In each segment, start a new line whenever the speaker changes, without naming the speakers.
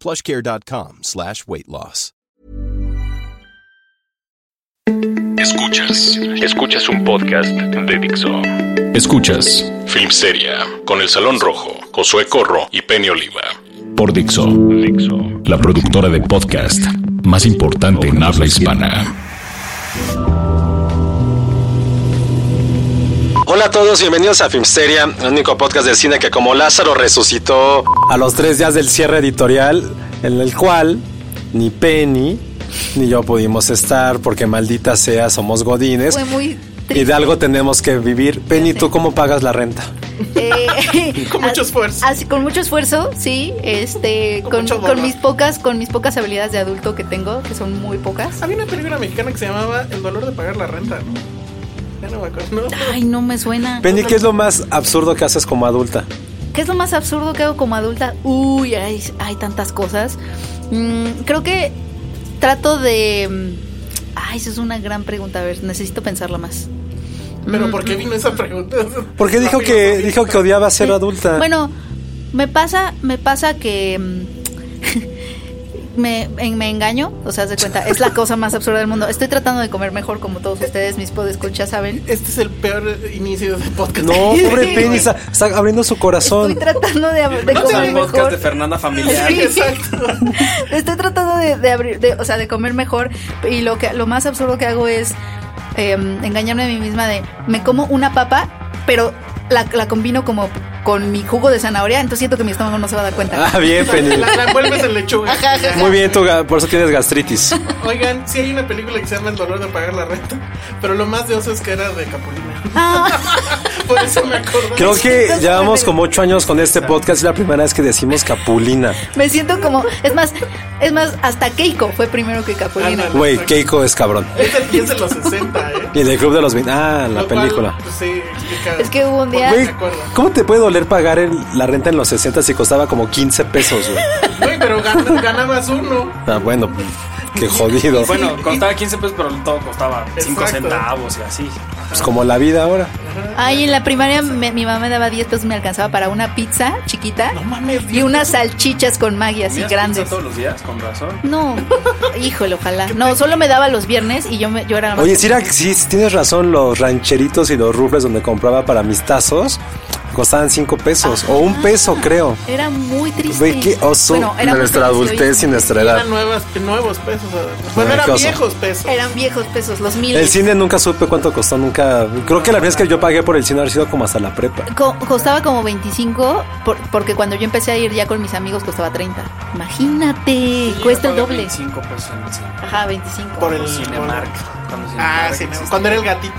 plushcare.com slash weight loss.
Escuchas, escuchas un podcast de Dixo. Escuchas Filmsteria con El Salón Rojo, Josué Corro y Penny Oliva. Por Dixo, la productora de podcast más importante en habla hispana.
Hola a todos, bienvenidos a Filmsteria, el único podcast de cine que como Lázaro resucitó a los tres días del cierre editorial, en el cual ni Penny ni yo pudimos estar porque maldita sea, somos godines.
Fue muy
Y
triste.
de algo tenemos que vivir. Penny, ¿tú cómo pagas la renta?
Eh,
Con mucho
as-
esfuerzo.
as- con mucho esfuerzo, sí. Este, con,
mucho
con
dolor.
mis pocas, con mis pocas habilidades de adulto que tengo, que son muy pocas.
Había una película mexicana que se llamaba El dolor de pagar la renta, ¿no? Ya no me acuerdo. ¿no?
Ay, no me suena.
Penny, ¿qué es lo más absurdo que haces como adulta?
¿Qué es lo más absurdo que hago como adulta? Uy, hay, hay tantas cosas. Mm, creo que trato de. mm, Ay, esa es una gran pregunta. A ver, necesito pensarla más.
Pero ¿por qué vino esa pregunta?
Porque dijo
La
que,
filosofía.
dijo que odiaba ser adulta.
Bueno, me pasa, me pasa que mm, me, en- me engaño, o sea, haz de cuenta, es la cosa más absurda del mundo. Estoy tratando de comer mejor, como todos ustedes, mis podescuchas saben.
Este es el peor inicio de podcast.
No, pobre Penny, está, está abriendo su
Estoy
corazón.
tratando de, ab- de
Vamos
comer
al podcast de
mejor.
Fernanda Familiar.
Sí.
Exacto.
Estoy tratando de, de abrir, de- o sea, de comer mejor. Y lo que, lo más absurdo que hago es eh, engañarme a mí misma de, me como una papa, pero la, la combino como con mi jugo de zanahoria, entonces siento que mi estómago no se va a dar cuenta.
Ah, bien, Penny.
La, la envuelves en lechuga.
Ajá, ajá,
Muy bien, tú, ga- por eso tienes gastritis.
Oigan, sí hay una película que se llama El dolor de pagar la renta. Pero lo más de oso es que era de Capulina.
Ah.
Por eso me acuerdo.
Creo que llevamos como ocho años con este podcast y la primera vez que decimos capulina.
Me siento como, es más, es más, hasta Keiko fue primero que Capulina.
Ándale.
Güey, Keiko es cabrón.
Es del- y es de los 60, ¿eh?
Y el club de los 20. Ah, la
Lo cual,
película.
pues, sí, explica.
Es que hubo un día-
Güey,
Me acuerdo.
¿cómo te puede doler pagar el- la renta en los 60 si costaba como 15 pesos, güey?
Güey, pero gan- ganabas uno.
Ah, bueno, qué jodido.
Bueno, costaba 15 pesos, pero todo costaba 5
Exacto.
centavos y así.
Pues como la vida ahora.
Ay, en la primaria me- mi mamá me daba 10 pesos, me alcanzaba para una pizza chiquita
No mames,
y unas salchichas con magia así
¿Comías
grandes.
pizza todos los días, con razón.
No, híjole, ojalá. No, solo me daba los viernes y yo me, yo era la más-
Oye, si sí, tienes razón, los rancheritos y los rufles donde compraba para mis tazos costaban 5 pesos o un peso, creo.
Era muy triste.
Pues, Güey, qué oso
Bueno, era muy
nuestra
triste,
adultez y
oye.
nuestra edad.
Eran nuevas, nuevos pesos. además. Bueno,
Ay, qué
eran
oso.
viejos pesos.
Eran viejos pesos, los mil.
El cine nunca supe cuánto costó, nunca. Creo que la vez que yo pagué por el cine ha sido como hasta la prepa.
Co- costaba como 25 por- porque cuando yo empecé a ir ya con mis amigos costaba 30. Imagínate, cuesta el doble.
5 pesos en el cine.
Ajá, 25.
Por el-
Cuando Cinemark. Cuando
Ah,
Cinemark
sí, no,
existía.
cuando era el gatito.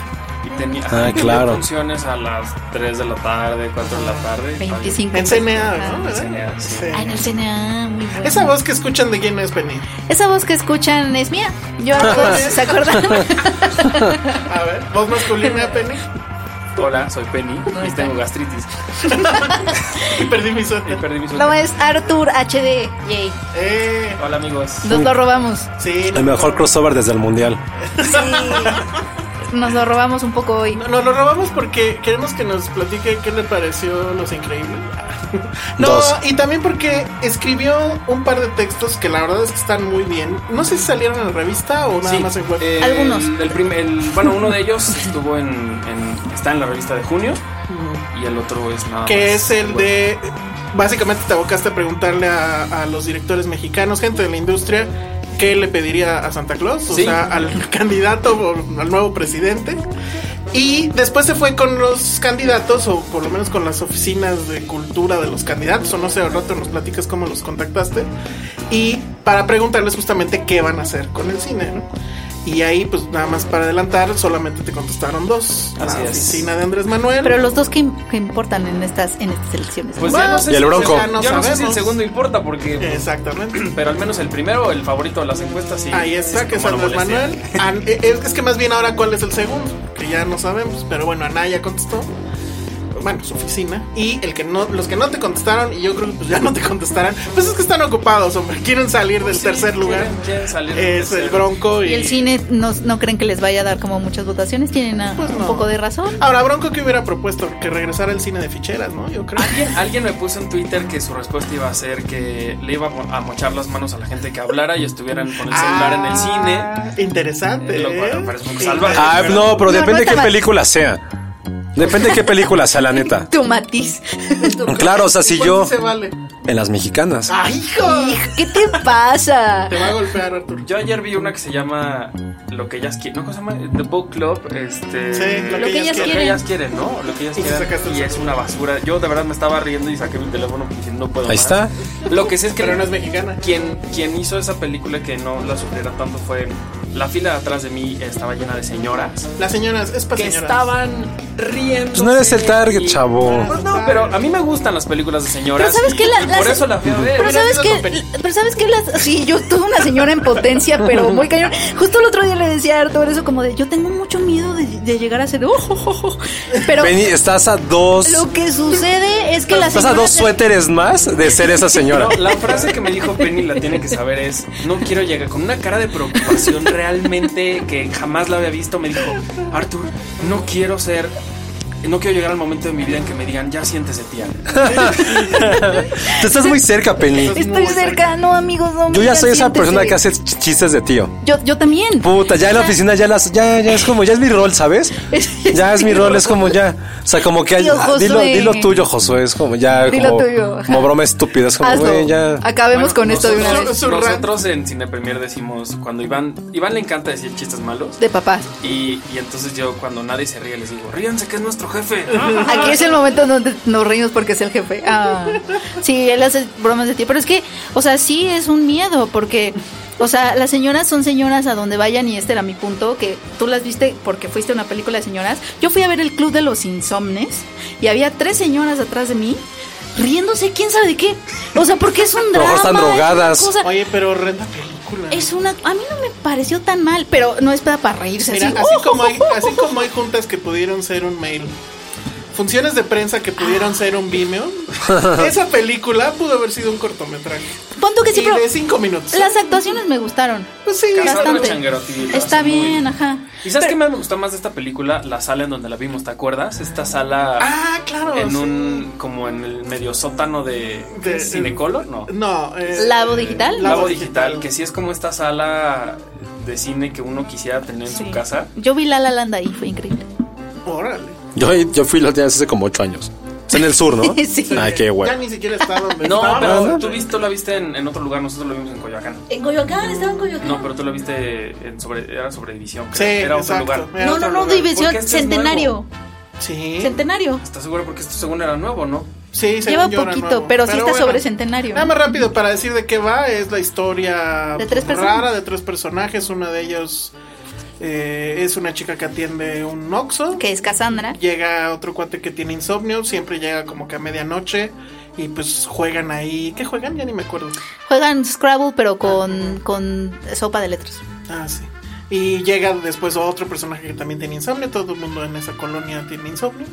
Y tenía,
Ah,
y tenía
claro.
funciones a las 3 de la tarde, 4 de la tarde.
25.
En CNA, ¿no?
Pagué.
¿Verdad?
Tenía, sí.
Sí.
Ah, en el CNA, muy bueno.
Esa voz que escuchan de quién es Penny.
Esa voz que escuchan es mía. Yo hago- ¿se acuerdan?
A ver, voz masculina, Penny.
Hola, soy Penny y
está.
tengo gastritis.
Y perdí mi
Y
suerte.
perdí mi
No
sueño.
es Arthur HD. Yay.
Eh,
Hola, amigos.
Nos lo robamos.
sí.
El mejor crossover desde el mundial.
Nos lo robamos un poco hoy.
No, nos lo robamos porque queremos que nos platique qué le pareció Los Increíbles. No,
Dos.
y también porque escribió un par de textos que la verdad es que están muy bien. No sé si salieron en la revista o nada
Sí,
más en web.
eh,
Algunos.
el prim- el- bueno, uno de ellos estuvo en, en- está en la revista de junio y el otro es nada
que
más
es el
web.
de básicamente te abocaste a preguntarle a, a los directores mexicanos, gente de la industria, qué le pediría a Santa Claus, o
Sí.
sea, al candidato o al nuevo presidente. Y después se fue con los candidatos, o por lo menos con las oficinas de cultura de los candidatos, o no sé, al rato nos platicas cómo los contactaste, y para preguntarles justamente qué van a hacer con el cine, ¿no? Y ahí, pues nada más para adelantar, solamente te contestaron dos:
Así
la
es.
oficina de Andrés Manuel.
Pero los dos que, im- que importan en estas, en estas elecciones.
Pues
Bueno,
ya no sé
y el
si-
Bronco.
ya
Ya
no sé si el
sabemos. Eh.
segundo importa porque.
Exactamente.
Pero al menos el primero, el favorito de las encuestas, sí.
Ahí
sí,
está, que es
como lo
Andrés
molestia.
Manuel. An- eh, es, es que más bien ahora cuál es el segundo, que ya no sabemos. Pero bueno, Anaya contestó. Bueno, su oficina. Y el que no, los que no te contestaron, y yo creo que pues ya no te contestarán, pues es que están ocupados, hombre. Quieren salir del
Sí,
tercer
quieren-
lugar.
quieren salir del
Es el
tercero.
Bronco y,
Y el cine no, no creen que les vaya a dar como muchas votaciones, tienen a-
Pues
un
no.
poco de razón.
Ahora, Bronco que hubiera propuesto que regresara el cine de ficheras, ¿no? Yo creo.
Alguien, alguien me puso en Twitter que su respuesta iba a ser que le iba a mo- a mochar las manos a la gente que hablara y estuvieran con el celular
Ah.
en el cine.
cine. Interesante.
Eh, lo cual
¿eh?
me parece muy
Sí.
salvaje.
Ah,
pero-
no, pero
No, no
depende de
está
qué
mal.
película sea. Depende de qué película sea, la neta.
Tu matiz. Tu-
Claro, o sea, si
¿Cuál
yo.
sí se Ah, vale?
En las mexicanas.
¡Ay, hijo!
Hijo, ¿Qué te pasa?
Te va a golpear, Arturo.
Yo ayer vi una que se llama Lo que ellas quieren, ¿no? ¿Cómo se llama? The Book Club, este...
Sí,
Lo que ellas
Lo
quieren.
que ellas quieren, ¿no? Lo que ellas
Y si
quieren.
sacaste el
Y es una basura. Yo de verdad me estaba riendo y saqué mi teléfono diciendo no puedo
Ahí
más".
está.
Lo que sé es que
Pero no es mexicana.
Quien, quien hizo esa película que no la sufriera tanto fue... La fila de atrás de mí estaba llena de señoras
Las señoras, es para
que
señoras.
estaban riendo.
Pues no eres el target, chavo.
Pues no, pero a mí me gustan las películas de señoras.
Pero ¿sabes
y-
qué?
y
La- las-
Por eso la fui a ver.
Pero sabes
Hubiera sido
que, pero sabes que las, sí, yo tuve una señora en potencia, pero muy cañón. Justo el otro día le decía a Arturo eso como de, yo tengo mucho miedo de, de llegar a ser, Oh, ojo, ojo". pero
Penny, estás a dos.
lo que sucede es que las
Estás a dos
señoras
suéteres más de ser esa señora.
No, la frase que me dijo Penny la tiene que saber es no quiero llegar con una cara de preocupación realmente que jamás la había visto me dijo Arthur no quiero ser no quiero llegar al momento de mi vida en que me digan ya siéntese tía
Te estás muy cerca, Penny.
estoy cerca, no amigos, no.
Yo ya
miren,
soy esa
siéntese.
persona que hace ch- chistes de tío.
Yo, yo también.
Puta, ya en la oficina ya las ya ya es como ya es mi rol, ¿sabes?
Es-
Ya es mi rol, es como ya, o sea, como que
Tío
ah, dilo,
Josué.
dilo tuyo, Josué, es como ya
Dilo
como,
tuyo, ajá.
como broma estúpida, es como
Hazlo.
güey, ya.
Acabemos con esto de una
nosotros-
vez.
Su rant.
nosotros en Cine Premier decimos cuando Iván Iván le encanta decir chistes malos
De papá.
y, y entonces yo cuando nadie se ríe les digo ríanse que es nuestro jefe
Aquí es el momento donde nos reímos porque es el jefe. Ah. Sí, él hace bromas de ti. Pero es que, o sea, sí es un miedo porque, o sea, las señoras son señoras a donde vayan y este era mi punto, que tú las viste porque fuiste a una película de señoras. Yo fui a ver el Club de los Insomnes y había tres señoras atrás de mí. Riéndose, quién sabe de qué. O sea, porque es un
lo
drama.
mejor están
es una
drogadas.
cosa-
Oye, pero horrenda película.
Es una. A mí no me pareció tan mal, pero no es para, para reírse.
Mira,
así,
así
¡oh!
como, hay, así como hay juntas que pudieron ser un mail, funciones de prensa que pudieron ser un Vimeo, esa película pudo haber sido un cortometraje.
Pon tú que sí,
y
pero
de cinco minutos.
las actuaciones me gustaron.
Pues sí,
Casandra
Bastante.
Changuerotti lo
Está
hace muy
bien, ajá.
¿Y sabes
Pero-
qué más me gustó más de esta película? La sala en donde la vimos, ¿te acuerdas? Esta sala
Ah, claro.
en
sí.
un como en el medio sótano de,
De-
Cinecolor, ¿no?
No, eh,
¿Labo digital?
Labo digital, que sí es como esta sala de cine que uno quisiera tener en
Sí.
su casa.
Yo vi La La Land ahí, fue increíble.
Órale.
Yo, yo fui la última vez hace como ocho años. O sea, en el sur, ¿no?
Sí.
Ay, qué
Ya
bueno.
ni siquiera está donde
No,
estaba. Ah,
pero tú viste, tú la viste en, en otro lugar, nosotros lo vimos en Coyoacán.
En Coyoacán, estaba en Coyoacán.
No, pero tú la viste en sobre, era sobre división, creo.
Sí,
era otro
exacto.
lugar.
Era
no,
otro
no, no,
lugar.
Diversión
Porque este es
Centenario.
nuevo.
Sí.
Centenario.
¿Estás seguro? Porque esto según era nuevo, ¿no?
Sí, según
Lleva
yo era
poquito,
nuevo.
pero sí está sobre
bueno.
Centenario.
Nada más rápido para decir de qué va, es la historia
De tres personas.
rara de tres personajes, una de ellos eh, es una chica que atiende un Noxo,
Que es Cassandra.
llega otro cuate que tiene insomnio, siempre llega como que a medianoche y pues juegan ahí, ¿qué juegan? Ya ni me acuerdo.
Juegan Scrabble, pero con, con sopa de letras.
Ah, sí. Y llega después otro personaje que también tiene insomnio. Todo el mundo en esa colonia tiene insomnio.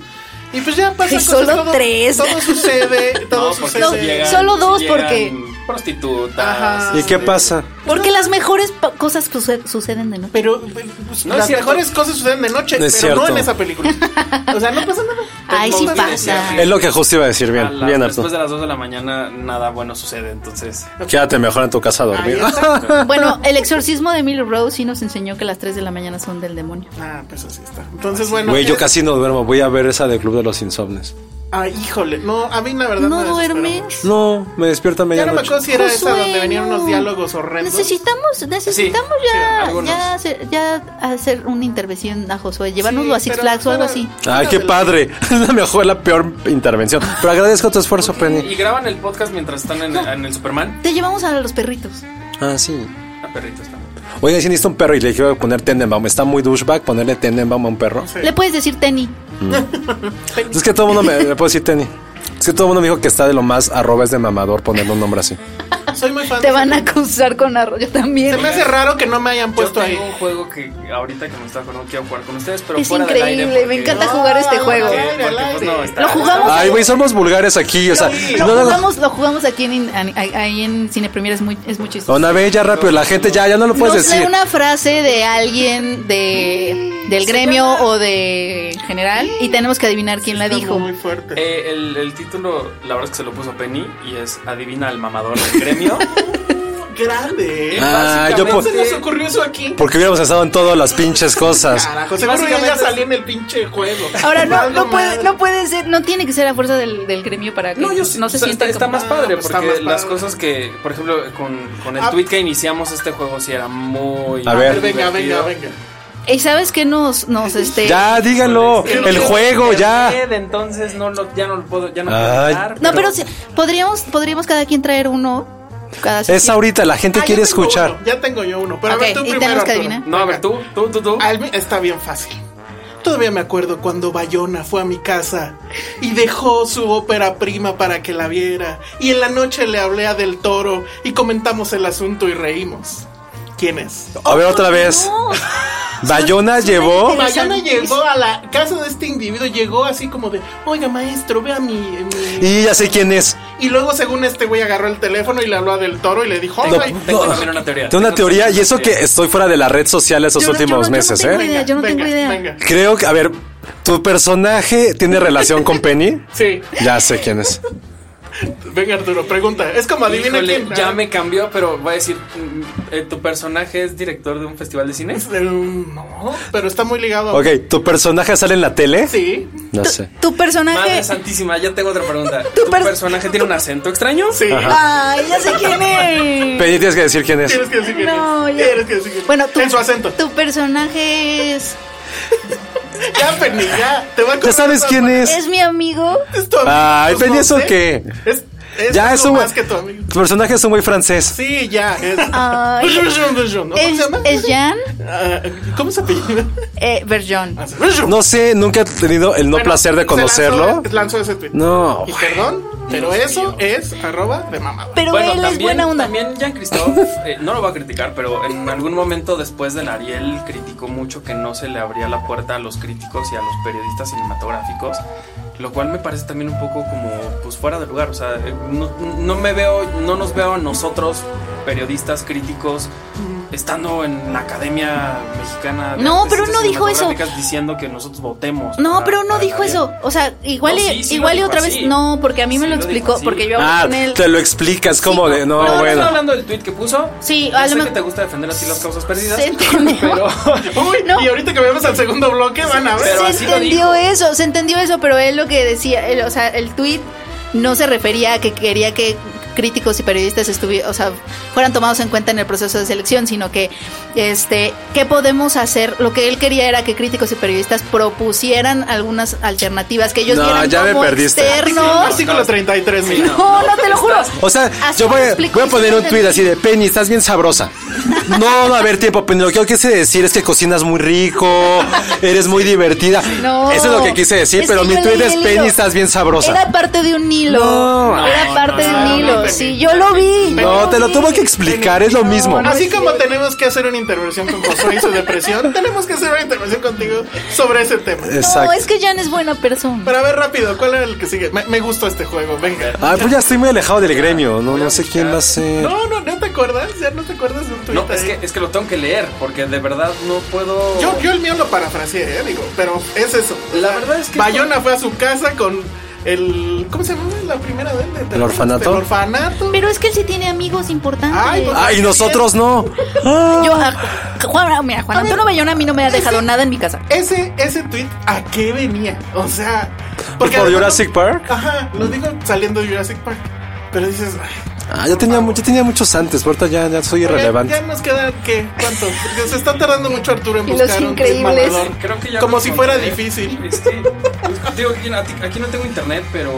Y pues ya pasa
Y solo
todo,
tres.
Todo sucede. Todo
No, porque
No,
sucede.
llegan-
solo dos,
llegan
porque-
prostitutas.
Ajá.
¿Y qué
este,
pasa?
Porque las mejores pa- cosas que suce- suceden de noche.
Pero pues,
No es
las
cierto.
mejores cosas suceden de noche,
No es
pero no
cierto.
en esa película. O sea, no pasa nada.
Pues
Ay, sí
No
pasa.
Es lo que justo iba a decir,
a
bien,
la-
bien
después
harto.
de las 2 de la mañana nada bueno sucede, entonces
Quédate mejor en tu casa a
Ahí
dormir.
está.
Bueno, el exorcismo de Emily Rose sí nos enseñó que las 3 de la mañana son del demonio.
Ah, pues así está. Entonces, bueno.
Güey, yo
es-
casi no duermo, voy a ver esa del Club de los Insomnes.
Ah, híjole. No, a mí la verdad
¿No
me desesperó mucho.
duermes?
No, me despierta a
Ya no me
medianoche.
acuerdo si era
Con
esa donde
sueño.
venían unos diálogos horrendos.
Necesitamos, necesitamos
Sí, sí,
ya,
algunos.
ya, hacer, ya hacer una intervención a Josué, llevárnoslo
Sí,
a Six
pero
Flags o algo
fuera-
así.
Ay, qué padre. Es la mejor, la peor intervención. Pero agradezco tu esfuerzo, Penny.
Y graban el podcast mientras están en, en el Superman.
Te llevamos a los perritos.
Ah, sí.
La perrita está.
Oye, si necesito un perro y le quiero poner Tenenbaum, está muy douchebag ponerle Tenenbaum a un perro.
Sí.
Le puedes decir Tenny.
Es que todo el mundo me, le puedo decir Tenny. Es que todo el mundo me dijo que está de lo más arrobes de mamador ponerle un nombre así.
Soy muy fan.
Te
de-
van a acusar con arroyo también.
Se me hace raro que no me hayan
Yo
puesto
tengo
ahí.
un juego que ahorita que me está jugando quiero jugar con ustedes, pero
Es
fuera del aire,
increíble, me
porque-
encanta jugar este
no,
juego.
al
porque-
aire, al
porque, pues,
aire.
no, está-
Lo jugamos.
Ay, güey, somos vulgares aquí. O sea, no,
Lo
no, no.
jugamos, lo jugamos aquí en, en- ahí- ahí en Cine Premier, es muy, es muy chistoso.
Una vez ya rápido, la gente ya, ya no lo puedes
Nos lee
decir.
una frase de alguien de, del gremio o de general y tenemos que adivinar quién la
Está
dijo.
Muy fuerte.
Eh, el, el título, la verdad es que se lo puso Penny y es Adivina al mamador del gremio.
Grande. ¿eh?
Ah, yo po-
¿Cómo se nos ocurrió eso aquí?
porque hubiéramos estado en todas las pinches cosas.
Carajo, seguro ya,
Básicamente
ya
es-
salí en el pinche juego.
Ahora no,
Valgo
no puede,
madre.
no puede ser, no tiene que ser a fuerza del, del gremio para que no,
No, yo sí,
se
o sea,
sienta
está, está
como-
más padre
pues,
porque
está más
las
padre.
cosas que, por ejemplo, con, con el
Ah.
tweet que iniciamos este juego sí era muy.
A ver.
Venga, venga,
divertido.
venga.
¿Y sabes qué nos, nos este?
Ya, díganlo. El juego, ya.
Internet, Entonces no lo, ya no lo puedo, ya no
Ay.
puedo
no, pero sí, podríamos, podríamos cada quien traer uno. Cada
Es ahorita, la gente
Ah,
quiere
ya tengo
escuchar.
uno, ya tengo yo uno. Pero
Ok,
a ver, tú
y
primero.
tenemos que
Arturo.
adivinar.
No, a ver, tú, tú, tú, tú.
Al- Está bien fácil. Todavía me acuerdo cuando Bayona fue a mi casa y dejó su ópera prima para que la viera. Y en la noche le hablé a Del Toro y comentamos el asunto y reímos. ¿Quién es?
A ver, otra vez.
No,
Bayona llevó.
Pero
Bayona
San-
llegó a la casa de este individuo, llegó así como de, oiga maestro, vea mi... mi-".
Y ya sé quién es.
Y luego según este güey agarró el teléfono y le habló a Del Toro y le dijo,
No,
oiga,
Tengo
no.
también una teoría.
Tengo una
Tengo
teoría,
también
y eso
una teoría.
que estoy fuera de la red social estos
Yo no- yo
últimos
no- yo no
meses,
tengo
¿eh?
idea. yo no tengo idea.
venga".
Creo que, a ver, ¿tu personaje tiene relación con Penny?
Sí,
Ya sé quién es.
venga Arturo, pregunta. Es como adivina
Híjole,
quién. Ah,
Ya me cambió, pero voy a decir: mm, eh, ¿tu personaje es director de un festival de cine?
Eh, No, pero está muy ligado.
Ok, ¿tu personaje sale en la tele?
Sí,
No sé.
Tu
Madre
personaje.
santísima, ya tengo otra pregunta.
Tu
¿Tu,
pers-
personaje tiene un acento extraño?
sí.
Ay, ya sé quién es.
Penny, tienes que decir quién es.
Tienes que decir quién
No,
es.
ya.
Tienes que decir quién es.
Bueno, tu,
En su acento.
Tu personaje es.
Ya, Penny, ya. Te va a
¿Ya
cobrar
sabes
esa-
quién es?
Es mi amigo.
Es tu amigo,
Ay,
pues,
Penny,
no
¿eso
sé.
qué?
Es, es
Ya es
algo
un
más que tu amigo.
Tu personaje es un güey francés.
Sí, ya. Es.
Ay.
Bergeron, Bergeron, ¿no? ¿Cómo
Es,
se llama?
es Jan
Ah, ¿Cómo se apellida? Ah,
eh, Bergeron.
Ah,
Bergeron.
No sé, nunca he tenido el no
Bueno,
placer de
se lanzó-
conocerlo.
Lanzó ese tweet.
No.
Y perdón, pero eso es arroba de mamada.
Pero
Bueno,
él es
también-
buena onda.
También Jean Christophe, eh, no lo voy a criticar, pero en algún momento después del Ariel criticó mucho que no se le abría la puerta a los críticos y a los periodistas cinematográficos, lo cual me parece también un poco como pues fuera de lugar. O sea, eh, no, no me veo, no nos veo a nosotros, periodistas, críticos, estando en la Academia Mexicana. de
No,
Artes
pero él no dijo eso.
Cinematográficas Diciendo que nosotros votemos.
No,
para-
pero no
Ah, para
dijo
Ariel.
eso. O sea, igual,
No,
y-
sí, sí lo
igual y
dijo
otra
así.
vez. No, porque a mí me
Sí
lo
lo dijo
explicó.
así.
Porque yo hablé
Ah,
con él.
te lo explicas como de. No,
No, no estoy
bueno.
hablando del tweet que puso.
Sí,
Yo
a lo
sé
mejor-
que te gusta defender así las causas perdidas.
Se entendió.
Pero,
Uy,
No.
y ahorita que vemos al segundo bloque van a ver.
Pero
se
así lo
entendió
dijo.
eso, se entendió eso, pero él lo que decía, él, o sea, el tweet no se refería a que quería que críticos y periodistas estuvi- o sea, fueran tomados en cuenta en el proceso de selección, sino que este, ¿qué podemos hacer? Lo que él quería era que críticos y periodistas propusieran algunas alternativas que ellos
No,
vieran
ya me
como
perdiste.
externos.
Artículo 33, mira.
no, no te lo juro.
O sea,
Así
yo
lo
voy, a-
explico,
voy a
sí
poner
lo
un tweet
entendí.
así de Penny, estás bien sabrosa. No va a haber tiempo, Penny. Lo que yo quise decir es que cocinas muy rico, eres muy divertida.
No.
Eso es lo que quise decir,
Es
pero
que
mi
yo
tweet
leí
es
el
Penny,
hilo.
estás bien
Era
sabrosa.
parte de un hilo.
No.
Era
No,
parte
no,
de un
no,
hilo.
no,
sí,
no,
yo lo vi. yo
No, te lo
vi.
tuvo que explicar, es lo mismo.
no.
Así como tenemos que hacer una intervención con Josué y su depresión, tenemos que hacer una intervención contigo sobre ese tema.
No,
Exacto.
es que Jan es buena persona.
Pero a ver rápido, ¿cuál era el que sigue? Me, me gustó este juego, venga.
Ah, pues ya estoy muy alejado del gremio. No, no sé quién va a ser.
No, no, ¿no te acuerdas? ¿Ya no te acuerdas de un tuit
no, es
ahí?
que, es que lo tengo que leer porque de verdad no puedo.
Yo, yo el mío lo parafraseé, eh, digo, pero es eso.
La verdad es que-
Bayona fue a su casa con el... ¿Cómo se llama la primera de él? ¿Te acuerdas?
orfanato?
El orfanato.
Pero es que él sí tiene amigos importantes.
Ay, pues,
Ah, y nosotros no. Ah.
Yo, a- Juan, mira, Juan Antonio Bayona a mí no me ha dejado nada en mi casa.
Ese, ese tweet, ¿a qué venía? O sea, Porque
¿Por
además-
Jurassic Park?
Ajá, lo digo saliendo de Jurassic Park. Pero dices, ay,
Ah, yo tenía, mu- yo tenía muchos antes, pero ahorita ya, ya soy
ya,
irrelevante.
ya nos queda, ¿qué? ¿Cuánto? Porque se está tardando mucho Arturo en
Y los
buscar un
increíbles.
desmadrador.
Creo que ya
Como
lo
si
encontré.
fuera difícil.
Es que, pues, digo, aquí, a ti- aquí no tengo internet, pero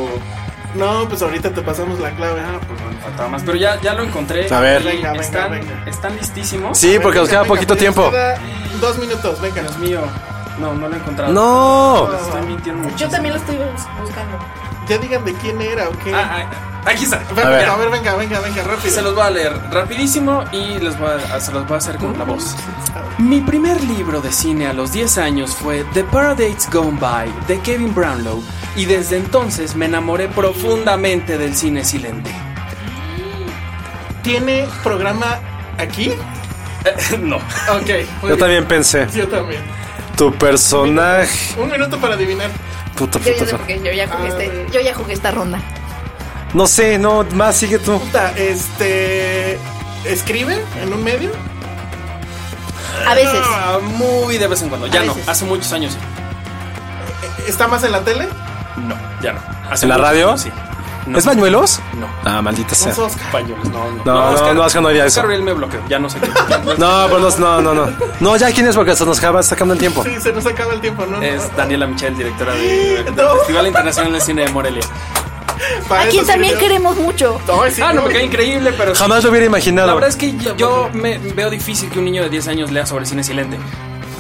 No, pues ahorita te pasamos la clave. Ah, pues,
pues, me faltaba más. Pero ya, ya lo encontré.
A ver.
Y
Venga, venga,
están,
venga.
están listísimos.
Sí, porque nos queda
venga, venga,
poquito
nos
tiempo.
queda Dos minutos, venga.
Dios mío. No, no lo he encontrado.
¡No!
Les Estoy mintiendo mucho.
Yo también lo estoy buscando.
Ya digan de quién era o qué.
Ah, ah, aquí está.
Venga,
ver.
a ver, venga, venga, venga, rápido.
Se los voy a leer rapidísimo y les voy a- se los voy a hacer con la voz. Mi primer libro de cine a los 10 años fue The Paradise Gone By de Kevin Brownlow y desde entonces me enamoré profundamente del cine silente.
¿Tiene programa aquí?
Eh,
no.
Ok. muy
Yo
bien.
también pensé.
Yo también.
Tu personaje.
Un minuto para adivinar.
Puta,
Yo ya
puta,
sé
puta.
porque yo ya
Ah,
jugué, este- yo ya jugué esta ronda.
No sé, no, más sigue tú.
Puta, este. ¿Escribe en un medio?
A veces.
Ah, muy de vez en cuando.
A
Ya no.
veces.
Hace muchos años. sí.
¿Está más en la tele?
No, ya no. Hace
¿En la
muchos
radio?
años, sí. No.
¿Es Bañuelos?
No.
Ah, maldita sea.
Los Oscar.
Pañuelos, no,
No,
no.
no, no, Oscar no haría eso.
Gabriel me bloqueó. Ya no sé qué.
No, pero no, no, no. No, ya quién es porque se nos acaba sacando el tiempo.
Sí, se nos acaba el tiempo, ¿no?
Es Daniela Michel, directora de- del
No.
Festival Internacional de Cine de Morelia.
A quien también queremos mucho.
Ah, no, me cae increíble, pero sí.
Jamás lo hubiera imaginado.
La verdad es que yo, yo me veo difícil que un niño de 10 años lea sobre cine silente.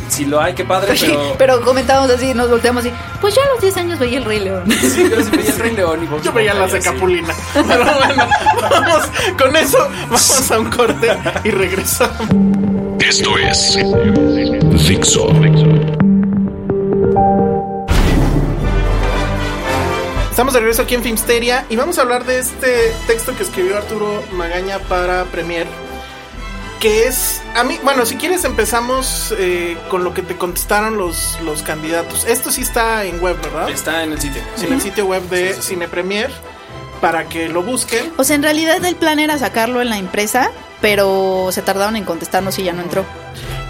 Si lo hay, qué padre, pero.
Pero, comentábamos así, nos volteamos así. Pues yo a los 10 años veía el Rey León.
sí, yo sí veía el Rey León y Bob
Yo veía
Esponja
la
y así.
secapulina. Pero bueno, vamos, con eso vamos a un corte y regresamos.
Esto es Dixo.
Estamos de regreso aquí en Filmsteria y vamos a hablar de este texto que escribió Arturo Magaña para Premier. Que es, a mí, bueno, si quieres empezamos eh, con lo que te contestaron los, los candidatos. Esto sí está en web, ¿verdad?
Está en el sitio. Sí.
En el sitio web de Cine Premier para que lo busquen.
O sea, en realidad el plan era sacarlo en la impresa, pero se tardaron en contestarnos y ya no entró.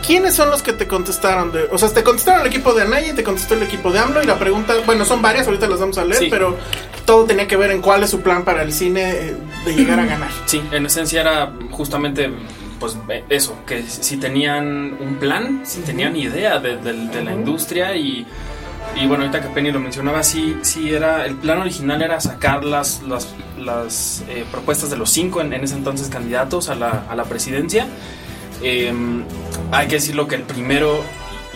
¿Quiénes son los que te contestaron? De, o sea, te contestaron el equipo de Anaya y te contestó el equipo de AMLO y la pregunta, bueno, son varias, ahorita las vamos a leer,
Sí.
pero todo tenía que ver en cuál es su plan para el cine eh, de llegar a ganar.
Sí, en esencia era justamente pues eh, eso, que si tenían un plan, si tenían idea de, de- de la industria y, y bueno, ahorita que Penny lo mencionaba, sí, sí era, el plan original era sacar las, las, las, eh, propuestas de los cinco en, en ese entonces candidatos a la, a la presidencia. Eh, hay que decirlo que el primero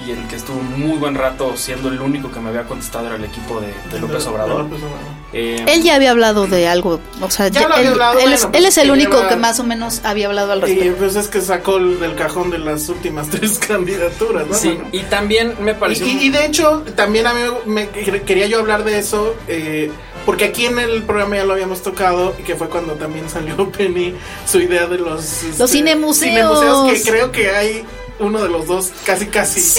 y el que estuvo muy buen rato siendo el único que me había contestado era el equipo de, de López Obrador.
López Obrador.
Eh,
Él ya había hablado de algo. O sea,
Ya
ya-
lo había
él,
hablado,
él
bueno,
es,
pues,
él es el
que
único
lleva-
que más o menos había hablado al
Y
respecto.
pues es que sacó el- del cajón de las últimas tres candidaturas, ¿no?
sí,
Bueno.
y también me
Y,
pareció...
y- y de hecho, también a mí me, me- quería yo hablar de eso, eh, porque aquí en el programa ya lo habíamos tocado, y que fue cuando también salió Penny su idea de los... este,
cinemuseos.
cinemuseos, que creo que hay uno de los dos casi casi
Sí,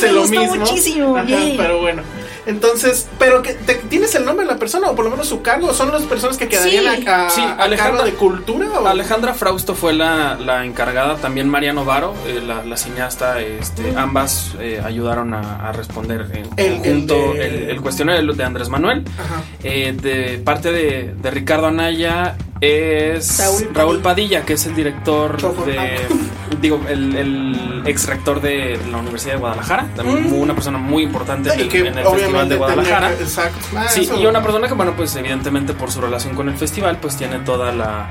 me gustó muchísimo,
Ajá,
yay.
pero bueno. Entonces, pero que te- ¿tienes el nombre de la persona o por lo menos su cargo? ¿Son las personas que quedarían
Sí.
a, a-
Sí,
a
Alejandra-
cargo de cultura? O?
Alejandra Frausto fue la, la encargada, también Mariano Varo, eh, la, la cineasta, este, ambas eh, ayudaron a, a responder en
El-
conjunto
el
el,
de-
el cuestionario de Andrés Manuel.
Ajá.
Eh, de parte de, de Ricardo Anaya es
Raúl
Raúl
Padilla.
Padilla, que es el director
Choco.
de, digo, el, el ex rector de la Universidad de Guadalajara, también una persona muy importante en
Mm. Y
el,
que
en el Festival
obviamente
de Guadalajara.
tenía que- exacto. Ah,
Sí,
eso-
y una persona que, bueno, pues evidentemente por su relación con el festival, pues tiene toda la...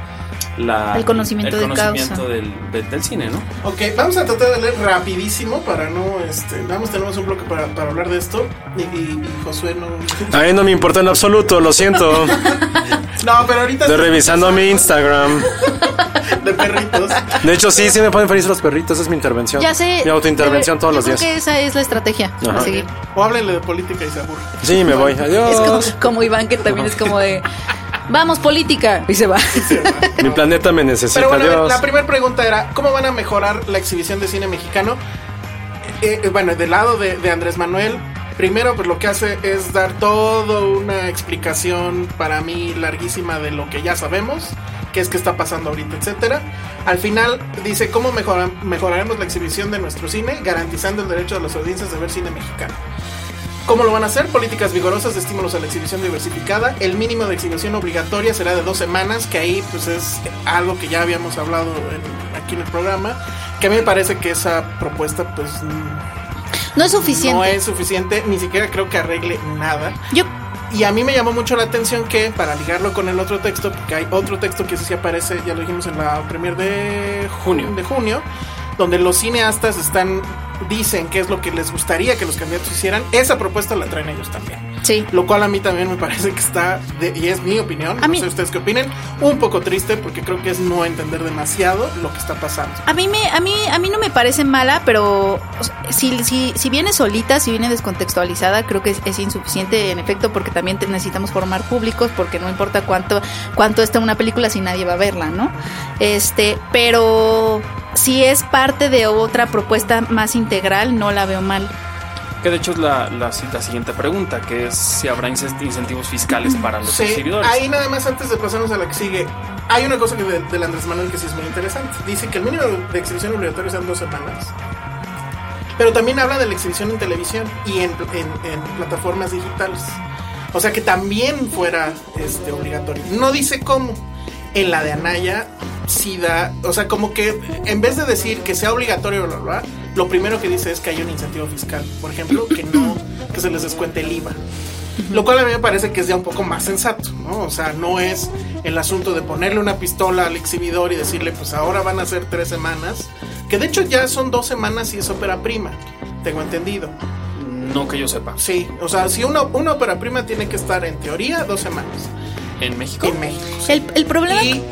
la-
El conocimiento
el
de
conocimiento
causa.
Del, del- del cine, ¿no?
Ok, vamos a tratar de leer rapidísimo para no, este, vamos, tenemos un bloque para, para hablar de esto y, y- y Josué no...
A mí no me importa en absoluto, lo siento.
No, pero ahorita
Estoy revisando mi Instagram.
de perritos.
De hecho, sí, sí me ponen feliz los perritos, esa es mi intervención.
Ya sé. eh,
Mi autointervención
yo
todos
creo
los días.
que esa es la estrategia
Ajá.
a seguir.
O háblenle de política y se aburre.
Sí, me voy.
Es como,
Adiós.
como Iván, que también es como de. Vamos, política. Y se va.
Mi planeta me necesita.
Pero bueno, a ver,
Adiós.
la primera pregunta era, ¿cómo van a mejorar la exhibición de cine mexicano? Eh, eh, bueno, del lado de, de Andrés Manuel, primero pues lo que hace es dar toda una explicación para mí larguísima de lo que ya sabemos, qué es que está pasando ahorita, etcétera. Al final dice, ¿cómo mejora- mejoraremos la exhibición de nuestro cine garantizando el derecho de las audiencias de ver cine mexicano? ¿Cómo lo van a hacer? Políticas vigorosas de estímulos a la exhibición diversificada. El mínimo de exhibición obligatoria será de dos semanas, que ahí pues es algo que ya habíamos hablado en- aquí en el programa. Que a mí me parece que esa propuesta pues
No es suficiente.
no
eh.
es suficiente, ni siquiera creo que arregle nada.
Yo,
Y a mí me llamó mucho la atención que, para ligarlo con el otro texto, porque hay otro texto que sí aparece, ya lo dijimos en la premier de junio, de junio donde los cineastas están dicen qué es lo que les gustaría que los candidatos hicieran, esa propuesta la traen ellos también.
sí.
Lo cual a mí también me parece que está, de- y es mi opinión,
A
no
mí-
sé ustedes qué opinen, un poco triste porque creo que es no entender demasiado lo que está pasando.
A mí, me, a, mí, a mí no me parece mala, pero o sea, si, si, si viene solita, si viene descontextualizada, creo que es, es insuficiente en efecto porque también te- necesitamos formar públicos porque no importa cuánto, cuánto está una película si nadie va a verla, ¿no? Este, pero si es parte de otra propuesta más integral, no la veo mal.
Que de hecho es la, la, la siguiente pregunta, que es si habrá incent- incentivos fiscales para los
Sí,
exhibidores.
ahí nada más antes de pasarnos a la que sigue, hay una cosa que de- del Andrés Manuel que sí es muy interesante. Dice que el mínimo de exhibición obligatoria sean dos semanas. Pero también habla de la exhibición en televisión y en, en- en plataformas digitales. O sea que también fuera este, obligatorio. No dice cómo. En la de Anaya sí da, o sea, como que en vez de decir que sea obligatorio, bla, bla, bla, lo primero que dice es que hay un incentivo fiscal. Por ejemplo, que no, que se les descuente el IVA. Lo cual a mí me parece que es ya un poco más sensato, ¿no? O sea, no es el asunto de ponerle una pistola al exhibidor y decirle, pues ahora van a ser tres semanas, que de hecho ya son dos semanas y es ópera prima, tengo entendido.
No que yo sepa.
Sí, o sea, si una, una ópera prima tiene que estar en teoría dos semanas
¿En México?
en México. sí.
El, el problema...
Y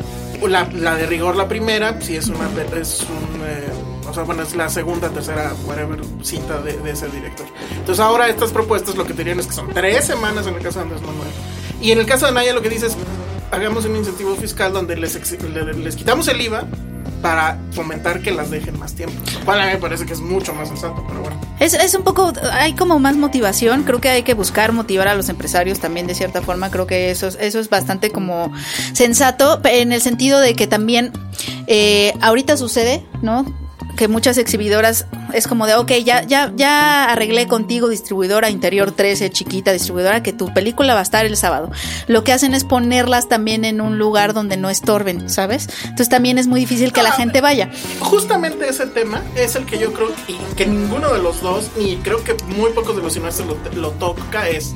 la, la de rigor, la primera, si es una. Es un, eh, o sea, bueno, es la segunda, tercera, whatever, cinta de, de ese director. Entonces, ahora estas propuestas lo que tenían es que son tres semanas en el caso de Andrés Manuel. Y en el caso de Naya, lo que dice es: hagamos un incentivo fiscal donde les, ex- le- les quitamos el IVA para fomentar que las dejen más tiempo. Lo cual a mí me parece que es mucho más sensato, pero bueno.
Es, es un poco, hay como más motivación, creo que hay que buscar motivar a los empresarios también de cierta forma, creo que eso, es- eso es bastante como sensato en el sentido de que también eh, ahorita sucede, ¿no? Que muchas exhibidoras es como de, ok, ya, ya, ya arreglé contigo distribuidora interior 13, chiquita distribuidora, que tu película va a estar el sábado. Lo que hacen es ponerlas también en un lugar donde no estorben, ¿sabes? Entonces también es muy difícil que la
Ah,
gente vaya.
Justamente ese tema es el que yo creo que, que ninguno de los dos, ni creo que muy pocos de los cineastas lo, lo toca, es.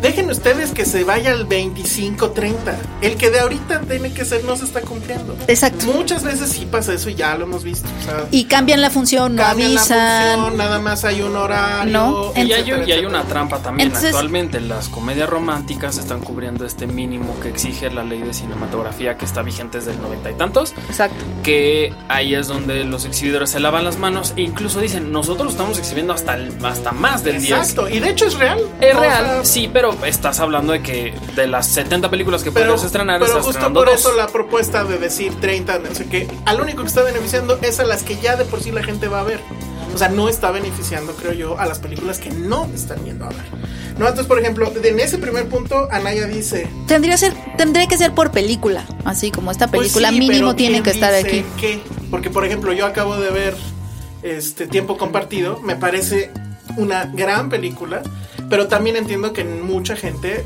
Dejen ustedes que se vaya al 25-30. El que de ahorita tiene que ser no se está cumpliendo.
Exacto.
Muchas veces sí pasa eso y ya lo hemos visto. O sea,
Y cambian la función, no
cambian la
avisan.
función, nada más hay un horario.
No,
Y
etcétera,
hay, y hay
etcétera.
una trampa también.
Entonces-
Actualmente las comedias románticas están cubriendo este mínimo que exige la ley de cinematografía que está vigente desde el noventa y tantos,
Exacto.
que ahí es donde los exhibidores se lavan las manos e incluso dicen, nosotros estamos exhibiendo hasta, el- hasta más del 10.
Exacto, y de hecho es real.
Es
O
real,
sea,
sí, pero estás hablando de que de las 70 películas que podrías estrenar,
pero
estás
justo
estrenando
por
dos.
eso la propuesta de decir 30, no sé qué, al único que está beneficiando es a las que ya de por sí la gente va a ver. O sea, no está beneficiando, creo yo, a las películas que no están yendo a ver. No, entonces, por ejemplo, en ese primer punto, Anaya dice,
Tendría, ser, tendría que ser por película, así como esta
pues
película
sí,
mínimo
pero
tiene
¿quién
que estar
dice
aquí.
qué? Porque, por ejemplo, yo acabo de ver este Tiempo Compartido, me parece una gran película, pero también entiendo que mucha gente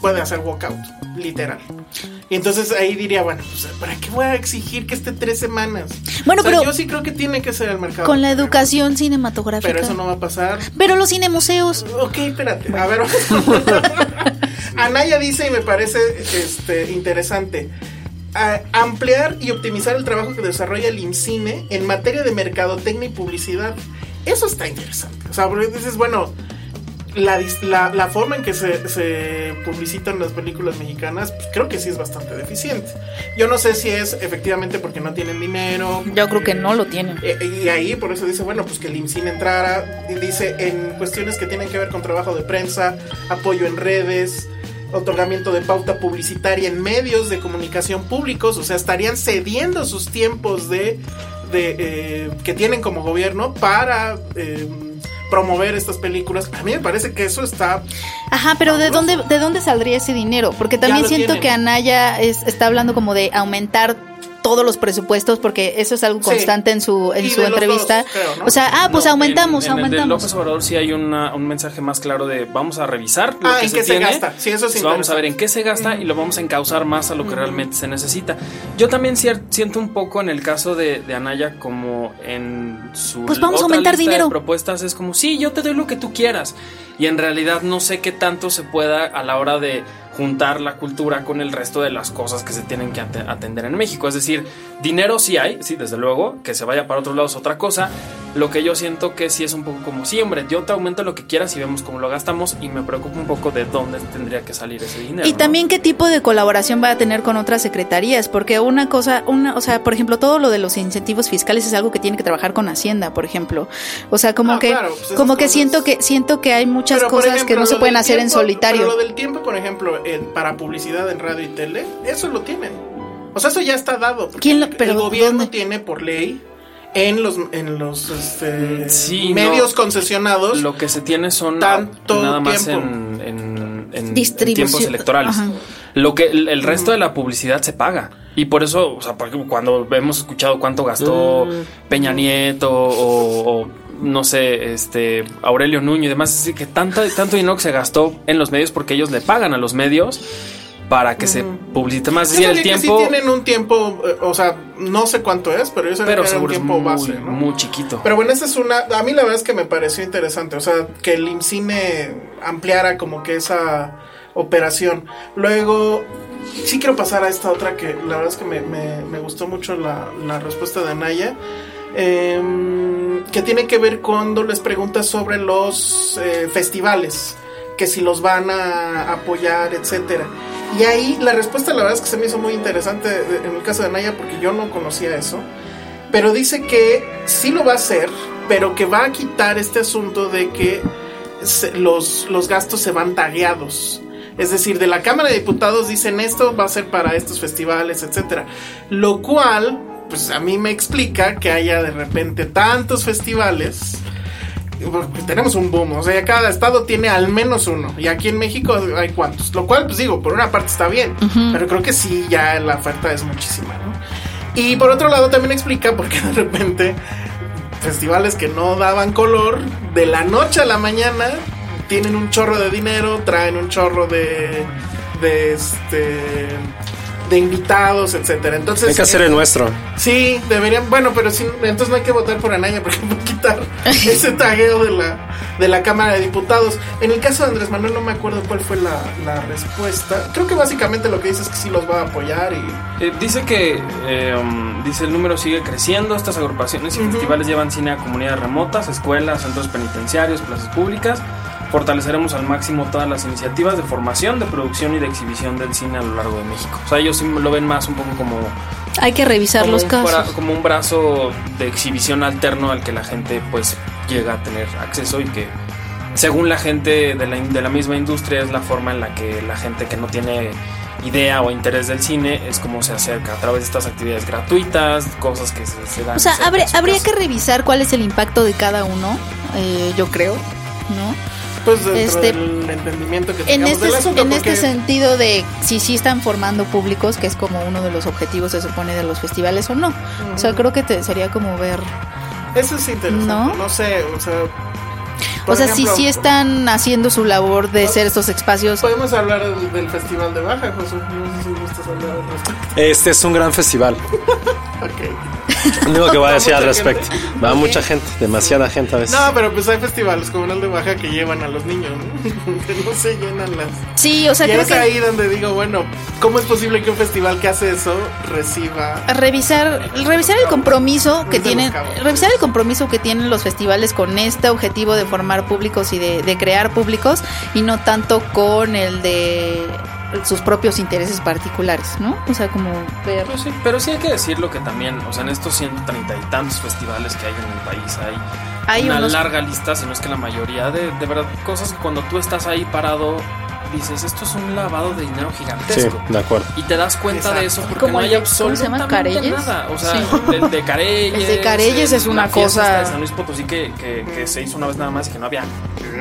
puede hacer walkout, literal. Y entonces ahí diría, bueno, pues, ¿para qué voy a exigir que esté tres semanas?
Bueno,
O sea,
pero-
Yo sí creo que tiene que ser el mercado.
Con la educación cinematográfica.
Pero eso no va a pasar.
Pero los cinemuseos.
Pues, Ok, espérate. A ver. Anaya dice, y me parece este, interesante, a- ampliar y optimizar el trabajo que desarrolla el IMCINE en materia de mercadotecnia y publicidad. Eso está interesante. O sea, porque dices, bueno, la, dis- la- la forma en que se, se publicitan las películas mexicanas, pues, creo que sí es bastante deficiente. Yo no sé si es efectivamente porque no tienen dinero.
Yo creo que no lo tienen.
Eh, Y ahí por eso dice, bueno, pues que el IMSIN entrara. Y dice, en cuestiones que tienen que ver con trabajo de prensa, apoyo en redes, otorgamiento de pauta publicitaria en medios de comunicación públicos, o sea, estarían cediendo sus tiempos de, de eh, que tienen como gobierno para eh, promover estas películas. A mí me parece que eso está...
Ajá, pero ¿de dónde, ¿de dónde saldría ese dinero? Porque también
lo
siento
tienen.
que Anaya es- está hablando como de aumentar todos los presupuestos, porque eso es algo
Sí.
constante en su, en
Y
su
de los
entrevista.
dos, creo, ¿no?
O sea, ah, pues
No,
aumentamos,
en- en el de
aumentamos.
López Obrador sí hay una- un mensaje más claro de vamos a revisar lo
Ah,
que
¿en
se
qué se
tiene,
gasta? Sí, eso es
pues vamos
interesante.
a ver en qué se gasta y lo vamos a encauzar más a lo que realmente se necesita. Yo también cier- siento un poco en el caso de, de Anaya como en su
Pues vamos a
otra
aumentar
lista de
dinero.
propuestas es como sí yo te doy lo que tú quieras y en realidad no sé qué tanto se pueda a la hora de juntar la cultura con el resto de las cosas que se tienen que ate- atender en México. Es decir, dinero sí hay, sí, desde luego, que se vaya para otros lados es otra cosa. Lo que yo siento que sí es un poco como siempre, yo te aumento lo que quieras y vemos cómo lo gastamos y me preocupa un poco de dónde tendría que salir ese dinero.
Y
¿no?
también qué tipo de colaboración va a tener con otras secretarías, porque una cosa, una, o sea, por ejemplo, todo lo de los incentivos fiscales es algo que tiene que trabajar con Hacienda, por ejemplo. O sea, como
Ah,
que,
claro, pues esas
como que
cosas-
siento que siento que hay muchas
Pero, por
cosas
ejemplo,
que no se
lo
pueden
del
hacer en
tiempo-
solitario.
Pero lo del tiempo, por ejemplo, en- para publicidad en radio y tele, eso lo tienen. O sea, eso ya está dado. porque
¿Quién lo- pero
el gobierno
dónde?
tiene por ley en los en los este,
Mm, Sí,
medios
no.
concesionados.
Lo que se tiene son
Tanto
nada más
tiempo.
en, en- en- en
Distribución.
tiempos electorales.
Ajá.
Lo que el, el resto de la publicidad se paga. Y por eso, o sea, por ejemplo, cuando hemos escuchado cuánto gastó
Mm.
Peña Nieto o, o, no sé, este Aurelio Nuño y demás, es decir, que tanto, tanto dinero que se gastó en los medios porque ellos le pagan a los medios para que se publicite más.
Yo
Es decir, el
sabía que sí
tiempo,
tienen un tiempo, eh, o sea, no sé cuánto es, pero yo sabía
pero
que era un
seguro es
tiempo
muy,
base, ¿no?
muy chiquito.
Pero bueno, esa es una. A mí la verdad es que me pareció interesante. O sea, que el IMCINE ampliara como que esa operación. Luego, sí quiero pasar a esta otra que la verdad es que me, me- me gustó mucho la, la respuesta de Anaya. em, que tiene que ver cuando les preguntas sobre los eh, festivales. Que si los van a apoyar, etcétera. Y ahí la respuesta, la verdad es que se me hizo muy interesante de- en el caso de Anaya, porque yo no conocía eso pero dice que sí lo va a hacer, pero que va a quitar este asunto de que se- los, los gastos se van tagueados. Es decir, de la Cámara de Diputados dicen esto va a ser para estos festivales, etcétera. Lo cual, pues a mí me explica que haya de repente tantos festivales. Porque pues tenemos un boom, o sea, ya cada estado tiene al menos uno. Y aquí en México hay cuantos. Lo cual, pues digo, por una parte está bien, pero creo que sí, ya la oferta es muchísima, ¿no? Y por otro lado también explica por qué de repente festivales que no daban color, de la noche a la mañana, tienen un chorro de dinero, traen un chorro de... de este... de invitados, etcétera. Entonces...
Hay que hacer el nuestro.
Sí, deberían. Bueno, pero sí, entonces no hay que votar por Anaya porque va a quitar ese tagueo de la, de la Cámara de Diputados. En el caso de Andrés Manuel, no me acuerdo cuál fue la, la respuesta. Creo que básicamente lo que dice es que sí los va a apoyar y.
Eh, dice que eh, um, dice el número sigue creciendo. Estas agrupaciones y festivales llevan cine a comunidades remotas, escuelas, centros penitenciarios, plazas públicas. Fortaleceremos al máximo todas las iniciativas de formación, de producción y de exhibición del cine a lo largo de México. O sea, ellos sí lo ven más un poco como,
Hay que revisar
como,
los
un, bra-
casos.
como un brazo de exhibición alterno al que la gente pues llega a tener acceso y que según la gente de la, in- de la misma industria es la forma en la que la gente que no tiene idea o interés del cine es como se acerca a través de estas actividades gratuitas, cosas que se, se dan.
O sea,
cerca
habría,
de su
habría
casa.
que revisar cuál es el impacto de cada uno, eh, yo creo, ¿no?
Pues dentro
Este-
del entendimiento que
En
tengamos
este,
del asunto,
en este
porque-
sentido de si sí están formando públicos, que es como uno de los objetivos, se supone, de los festivales o no. O sea, creo que te- sería como ver.
mm, Eso es interesante.
¿No?
No, sé, o sea.
O
por
sea, si
ejemplo, pues,
sí están haciendo su labor de ser estos espacios.
Podemos hablar del, del Festival de Baja, José. No sé si gustas hablar al respecto.
Este es un gran festival.
Ok.
Lo único que voy a decir al
mucha
respecto. Va mucha gente, demasiada gente a veces.
No, pero pues hay festivales como el de Baja que llevan a los niños, ¿no? que no se llenan las.
Sí, o sea,
y
creo
es
que
ahí donde digo, bueno, ¿cómo es posible que un festival que hace eso reciba?
revisar revisar el compromiso que
Desde
tienen
los cabos.
revisar el compromiso que tienen los festivales con este objetivo de formar públicos y de, de crear públicos y no tanto con el de sus propios intereses particulares, ¿no? O sea, como ver
Pues sí, pero sí hay que decirlo que también, o sea, en estos treinta y tantos festivales que hay en el país hay
hay
una
unos
larga lista, si no es que la mayoría de, de verdad cosas que cuando tú estás ahí parado dices esto es un lavado de dinero
pues,
Sí,
gigantesco.
de acuerdo.
Y te das cuenta de eso porque
Como
no
el
hay
de- ¿cómo se llama?
absolutamente
¿Careyes?
nada. O sea,
Sí.
el de Careyes.
El de Careyes es
la
una
fiesta
cosa-
esta de San Luis Potosí que, que- que se hizo una vez nada más y que no había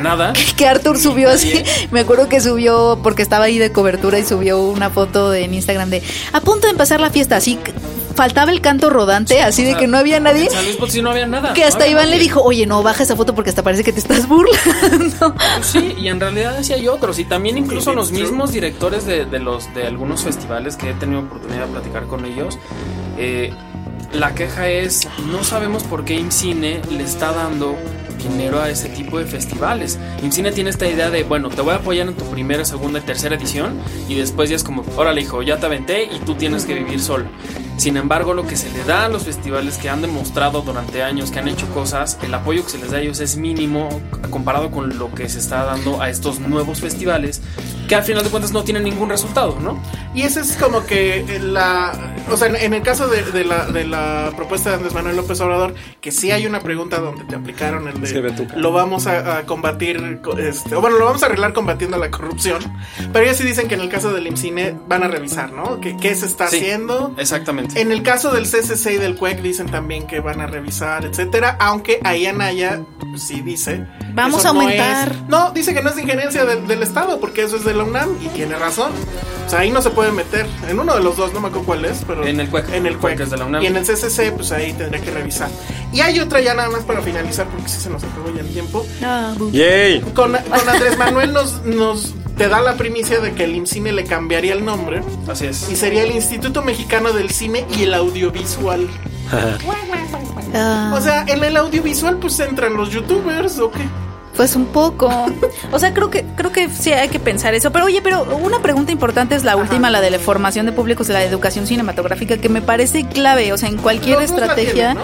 nada.
que Arthur subió así.
Nadie.
Me acuerdo que subió porque estaba ahí de cobertura y subió una foto de- en Instagram de a punto de empezar la fiesta, así c- faltaba el canto rodante, así de
sea,
que no había nadie.
En San Luis Potosí no había nada.
Que
no
hasta
había
Iván le
nadie.
dijo, oye, no, baja esa foto porque hasta parece que te estás burlando.
Pues Sí, y en realidad sí hay otros. Y también incluso los mismos directores de, de los de algunos festivales que he tenido oportunidad de platicar con ellos. eh, la queja es, no sabemos por qué IMCINE le está dando dinero a ese tipo de festivales. IMCINE tiene esta idea de, bueno, te voy a apoyar en tu primera, segunda y tercera edición y después ya es como, órale hijo, ya te aventé y tú tienes que vivir solo. Sin embargo, lo que se le da a los festivales que han demostrado durante años que han hecho cosas, el apoyo que se les da a ellos es mínimo comparado con lo que se está dando a estos nuevos festivales que al final de cuentas no tienen ningún resultado, ¿no?
Y ese es como que la. O sea, en, en el caso de, de la, de la propuesta de Andrés Manuel López Obrador, que sí hay una pregunta donde te aplicaron el
Sí, ve
de.
tú, cara.
lo vamos a, a combatir. co- Este, o bueno, lo vamos a arreglar combatiendo la corrupción. Pero ellos sí dicen que en el caso del IMCINE van a revisar, ¿no? Que, ¿Qué se está
Sí.
haciendo?
Exactamente.
En el caso del CCC y del CUEC dicen también que van a revisar, etcétera, aunque ahí Anaya sí dice. que
Vamos
eso
a
no
aumentar.
es- No, dice que no es injerencia del, del Estado, porque eso es de la UNAM y tiene razón. O sea, ahí no se puede meter. En uno de los dos, no me acuerdo cuál es, pero.
En el CUEC.
En el CUEC.
Porque es de la UNAM.
Y en el CCC, pues ahí tendría que revisar. Y hay otra ya nada más para finalizar, porque si se nos acabó ya el tiempo.
Yay.
Con, con Andrés Manuel nos, nos te da la primicia de que el IMCINE le cambiaría el nombre
Así es.
y sería el Instituto Mexicano del Cine y el Audiovisual.
Ah,
O sea, en el audiovisual pues entran los youtubers o qué.
pues un poco. O sea, creo que creo que sí hay que pensar eso. Pero oye, pero una pregunta importante es la última, la de la formación de públicos, la de educación cinematográfica, que me parece clave, o sea, en cualquier
Los dos la
estrategia.
tienen, ¿no?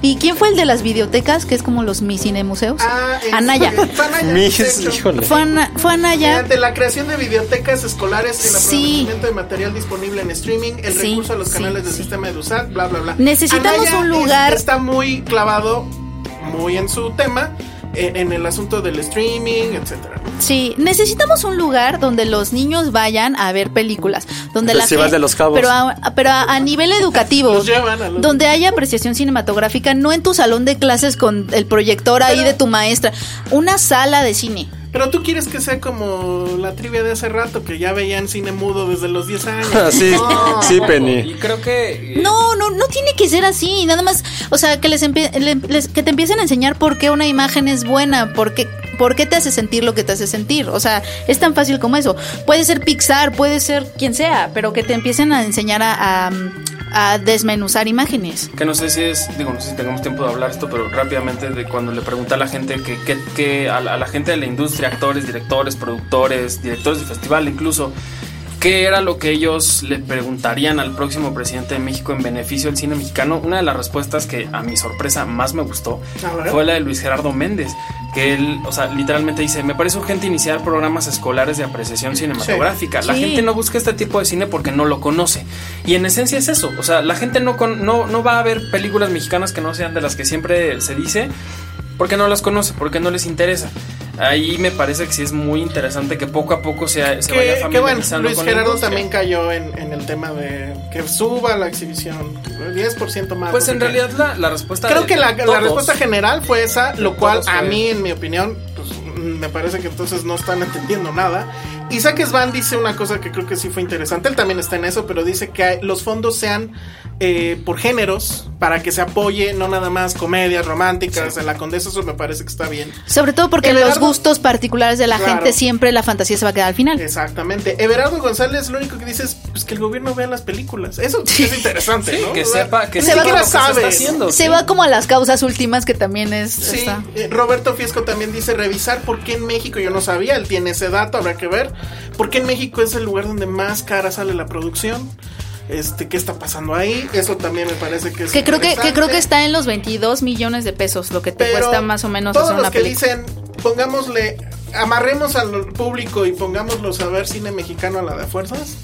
¿Y quién fue el de las videotecas, que es como los mi cinemuseos?
Ah, es-
Anaya.
es Anaya, de
Mis,
hecho.
híjole.
Fue, Ana- fue Anaya.
Mediante la creación de bibliotecas escolares, el
Sí.
aprovechamiento de material disponible en streaming, el
Sí,
recurso a los
sí,
canales del
sí.
sistema EduSat, bla, bla, bla.
Necesitamos
Anaya
un
es-
lugar-
está muy clavado, muy en su tema, en, en el asunto del streaming, etcétera.
Sí, necesitamos un lugar donde los niños vayan a ver películas, donde
Festival
la gente-
de los Cabos.
pero a, pero a, a nivel educativo,
Los llevan a los-
donde haya apreciación cinematográfica, no en tu salón de clases con el proyector ahí de tu maestra, una sala de cine.
Pero tú quieres que sea como la trivia de hace rato, que ya veían cine mudo desde los 10 años.
Sí, sí, Penny.
Y creo que... eh,
No, no, no tiene que ser así. Nada más, o sea, que les, empie- le- les- que te empiecen a enseñar por qué una imagen es buena, por qué, por qué te hace sentir lo que te hace sentir. O sea, es tan fácil como eso. Puede ser Pixar, puede ser quien sea, pero que te empiecen a enseñar a, a- a desmenuzar imágenes.
Que no sé si es, digo, no sé si tengamos tiempo de hablar esto, pero rápidamente de cuando le pregunté a la gente que, que, que a, la, a la gente de la industria, actores, directores, productores, directores de festival incluso, ¿qué era lo que ellos le preguntarían al próximo presidente de México en beneficio del cine mexicano? Una de las respuestas que a mi sorpresa más me gustó
A ver.
fue la de Luis Gerardo Méndez, que él, o sea, literalmente dice, me parece urgente iniciar programas escolares de apreciación cinematográfica. La
Sí.
gente no busca este tipo de cine porque no lo conoce. Y en esencia es eso. O sea, la gente no, con- no, no va a ver películas mexicanas que no sean de las que siempre se dice porque no las conoce, porque no les interesa. Ahí me parece que sí es muy interesante que poco a poco se, se vaya
Que, que bueno,
familiarizando
Luis
con la
Gerardo
industria.
también cayó en, en el tema de que suba la exhibición 10% más.
Pues
no sé qué.
en realidad la, la respuesta...
Creo
de-
que
de
la, la
todos-
respuesta general fue esa, lo
de
cual
todos
a
fue-
mí, en mi opinión, pues, mm, me parece que entonces no están entendiendo nada. Isaac Svan dice una cosa que creo que sí fue interesante, él también está en eso, pero dice que hay- los fondos sean eh, por géneros para que se apoye no nada más comedias románticas, a la condesa, eso me parece que está bien.
Sobre todo porque los
Everardo-
gustos particulares de la
Claro.
gente siempre la fantasía se va a quedar al final.
Exactamente. Everardo González lo único que dice es pues, que el gobierno vea las películas. Eso sí es interesante,
Sí,
¿no?
que
O sea,
sepa que
ni
se va
sepa
siquiera
lo que se está
sabes.
haciendo.
Se
sí.
va como a las causas últimas que también es...
Sí,
está-
eh, Roberto Fiesco también dice revisar por qué en México, yo no sabía, él tiene ese dato, habrá que ver, por qué en México es el lugar donde más cara sale la producción, este, qué está pasando ahí, eso también me parece que es
Que creo que, que creo que
interesante,
está en los 22 millones de pesos, lo que te
pero
cuesta más o menos
todos
hacer
los
una
que
película.
dicen, pongámosle, amarremos al público y pongámoslos a ver cine mexicano a la de fuerzas,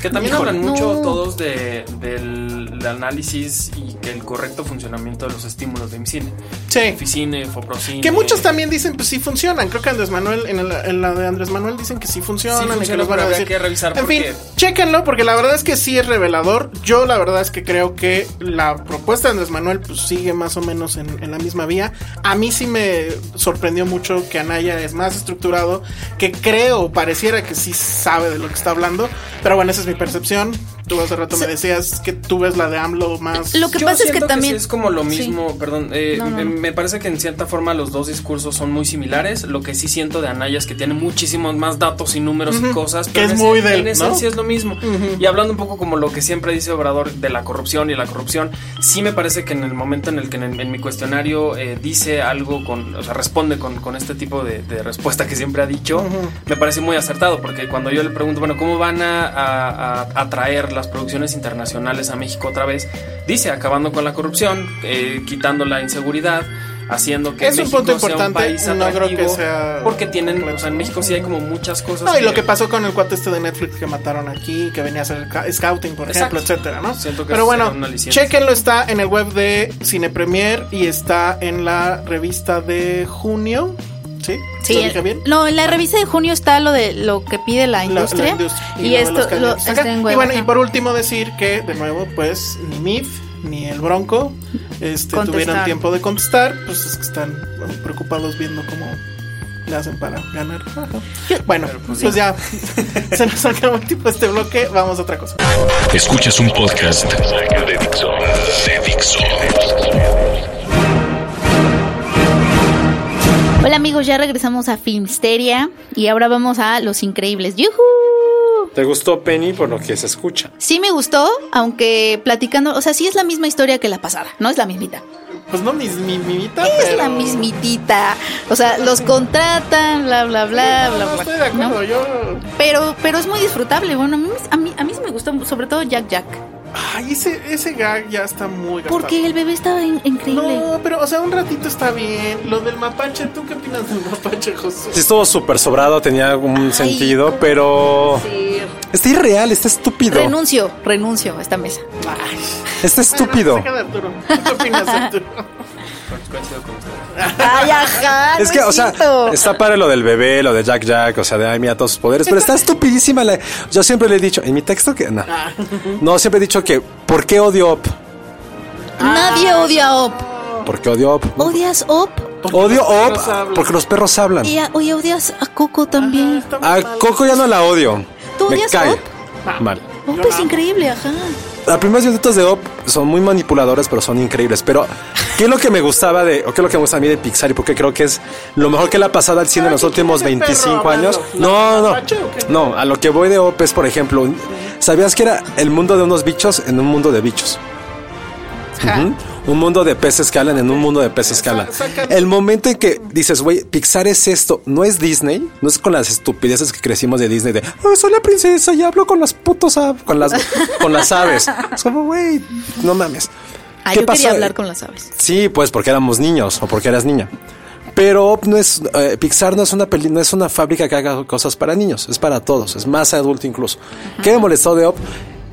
Que también
Híjole,
hablan mucho
no.
todos de- del análisis y que el correcto funcionamiento de los estímulos de IMCINE.
sí.
Oficine, Foprocine.
Que muchos también dicen, pues sí funcionan. Creo que Andrés Manuel, en, el- en la de Andrés Manuel dicen que sí funcionan.
Sí
y que
funcionan,
los van a
pero habría
decir.
que revisar
En
por
fin,
qué.
chéquenlo, porque la verdad es que sí es revelador. Yo la verdad es que creo que la propuesta de Andrés Manuel pues sigue más o menos en, en la misma vía. A mí sí me sorprendió mucho que Anaya es más estructurado, que creo, pareciera que sí sabe de lo que está hablando. Pero bueno, esa es mi percepción. Tú hace rato me decías que tú ves la de AMLO más.
Lo que
Yo
pasa es que
siento
también.
sí es como lo
Sí.
mismo, perdón. eh,
No, no,
me-
no.
Me parece que en cierta forma los dos discursos son muy similares. Lo que sí siento de Anaya es que tiene muchísimos más datos y números y cosas.
Que
pero
es
en
muy
ese-
del,
En
¿no?
esencia es lo mismo. Y hablando un poco como lo que siempre dice Obrador de la corrupción y la corrupción, sí me parece que en el momento en el que en, el- en mi cuestionario eh, dice algo con, o sea, responde con, con este tipo de, de respuesta que siempre ha dicho, me parece muy acertado porque cuando yo le pregunto, bueno, ¿cómo van a, a- a atraer las producciones internacionales a México otra vez? Dice, acabando con la corrupción, eh, quitando la inseguridad. Haciendo que
Es un
México
punto
sea un
importante,
país
no creo que
atractivo,
sea-
porque tienen, o sea, en México sí hay como muchas cosas.
No, y lo
que-
que pasó con el cuate este de Netflix que mataron aquí, que venía a hacer ca- scouting, por
Exacto.
ejemplo, etcétera, ¿no?
Siento que
Pero
es
bueno,
un aliciente.
chequenlo, está en el web de Cine Premier y está en la revista de junio. ¿Sí?
Sí,
¿Lo
el-
dije bien?
no, en la revista de junio está lo de lo que pide la industria. y,
luego los
esto lo
candidatos.
está
Ajá.
en
y
web,
bueno, y
ajá.
por último decir que, de nuevo, pues, ni MIF ni el Bronco este,
Contestaron.
tuvieron tiempo de contestar, pues es que están bueno, preocupados viendo cómo le hacen para ganar. Ajá. Bueno, pues, ya se nos acabó el tiempo de este bloque, vamos a otra cosa.
Escuchas un podcast de Dixo. De Dixo.
Hola amigos, ya regresamos a Filmsteria y ahora vamos a Los Increíbles. ¡Yujú!
¿Te gustó Penny por lo que se escucha?
Sí me gustó, aunque platicando, o sea, sí es la misma historia que la pasada, no es la mismita.
Pues no, mis, mi, mi mitad,
Es
pero-
la mismitita. O sea, los contratan, bla, bla, bla,
No,
bla,
no,
bla.
estoy de acuerdo,
¿no?
yo...
Pero, pero es muy disfrutable. Bueno, a mí, a mí, a mí sí me gustó, sobre todo Jack Jack.
Ay, ese, ese gag ya está muy gastado.
Porque el bebé estaba in- increíble.
No, pero, o sea, un ratito está bien. Lo del mapache, ¿tú qué opinas del mapache, José?
Sí, estuvo súper sobrado, tenía algún sentido,
¿cómo
pero... Está irreal, está estúpido.
Renuncio, renuncio a esta mesa.
Ay.
Está estúpido.
Bueno, saca de Arturo. ¿Qué opinas, Arturo?
Coincido con usted.
Ay, ajá.
Es
Ah, no
que, o sea,
cierto.
está padre lo del bebé, lo de Jack Jack, o sea, de ay, mira todos sus poderes, pero está estupidísima. la- Yo siempre le he dicho, en mi texto que. No,
Ah.
no siempre he dicho que, ¿por qué odio Op?
Nadie
Ah.
odia a Op.
¿Por qué odio Op?
Odias Op
Odio Op
perros hablan.
porque los perros hablan.
y, a- y odias a Coco también.
Está muy
A
mal.
Coco ya no la odio.
¿Tú
Me
odias
cae.
Op?
Mal.
Op es increíble, ajá.
Las primeras minutos de Op son muy manipuladoras, pero son increíbles. Pero, ¿qué es lo que me gustaba de, o qué es lo que me gusta a mí de Pixar? Y porque creo que es lo mejor que le ha pasado al cine en los
Ay, ¿quién
últimos
es el perro
25 años.
hablando?
No, no.
¿Mapache o qué?
No, a lo que voy de Op es, por ejemplo, un- ¿sabías que era el mundo de unos bichos en un mundo de bichos? Ujú. Un mundo de peces que hablan en un mundo de peces que hablan. El momento en que dices, güey, Pixar es esto, no es Disney, no es con las estupideces que crecimos de Disney, de "Ah, soy la princesa y hablo con las putos ab- con las con las aves. Es como, güey, no mames.
Ah,
¿Qué
yo
pasó?
quería hablar con las aves.
Sí, pues porque éramos niños o porque eras niña. Pero no es eh, Pixar no es una peli, no es una fábrica que haga cosas para niños, es para todos, es más adulto incluso. ¿Qué me molestó de Op?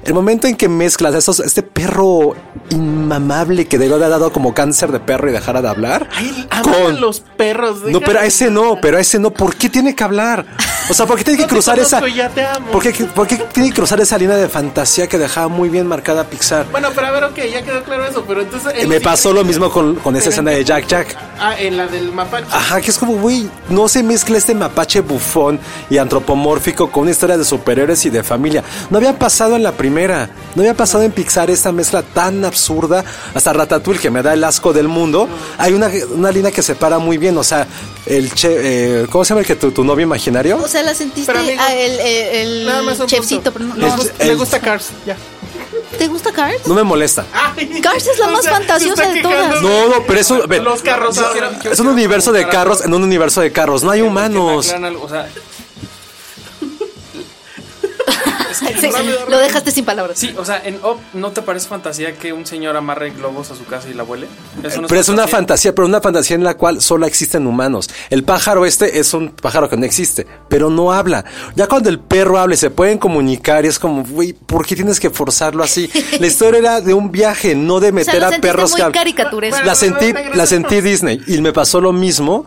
El momento en que mezclas esos, este perro inmamable que debió haber dado como cáncer de perro y dejara de hablar.
Ay, aman a los perros.
No,
déjalo.
pero a ese no, pero a ese no. ¿Por qué tiene que hablar? O sea, ¿por qué tiene que
No te
cruzar esa?
conozco, ya te amo.
¿por qué, por qué tiene que cruzar esa línea de fantasía que dejaba muy bien marcada Pixar?
Bueno, pero a ver, ok, ya quedó claro eso, pero entonces... en
Me
los
pasó lo mismo con, con esa
Pero
escena de Jack Jack.
Ah, en la del mapache.
Ajá, que es como, güey, no se mezcla este mapache bufón y antropomórfico con una historia de superhéroes y de familia. No había pasado en la primera, no había pasado en Pixar esta mezcla tan absurda. Hasta Ratatouille, que me da el asco del mundo. Hay una, una línea que separa muy bien, o sea, el che, eh, ¿cómo se llama el que tu, tu novio imaginario?
O sea, la sentiste
Pero, amigo,
ah, el, el,
Nada más
el
un
chefcito, pero
punto.
no,
Le
El-
no,
gust- le gusta Cars, ya.
¿Te gusta Cars?
Este- No me molesta.
Ay,
Cars es la
o
más
sea, se
fantasiosa
está
de todas.
quejando
No, no, pero eso, a ver,
Los carros ahora.
es un universo de carros en un universo de carros. No hay humanos.
Aclaran algo, o sea,
Sí, lo dejaste sin palabras.
sí, o sea, en Up no te parece fantasía que un señor amarre globos a su casa y la vuele. Eso no
Eh, Pero es una fantasía, pero una fantasía en la cual solo existen humanos. El pájaro este es un pájaro que no existe, pero no habla. Ya cuando el perro habla y se pueden comunicar, y es como, güey, ¿por qué tienes que forzarlo así? La historia era de un viaje, no de
O sea,
meter
lo
a
sentiste
perros
muy
que hab-
caricaturesco.
La sentí, la sentí Disney y me pasó lo mismo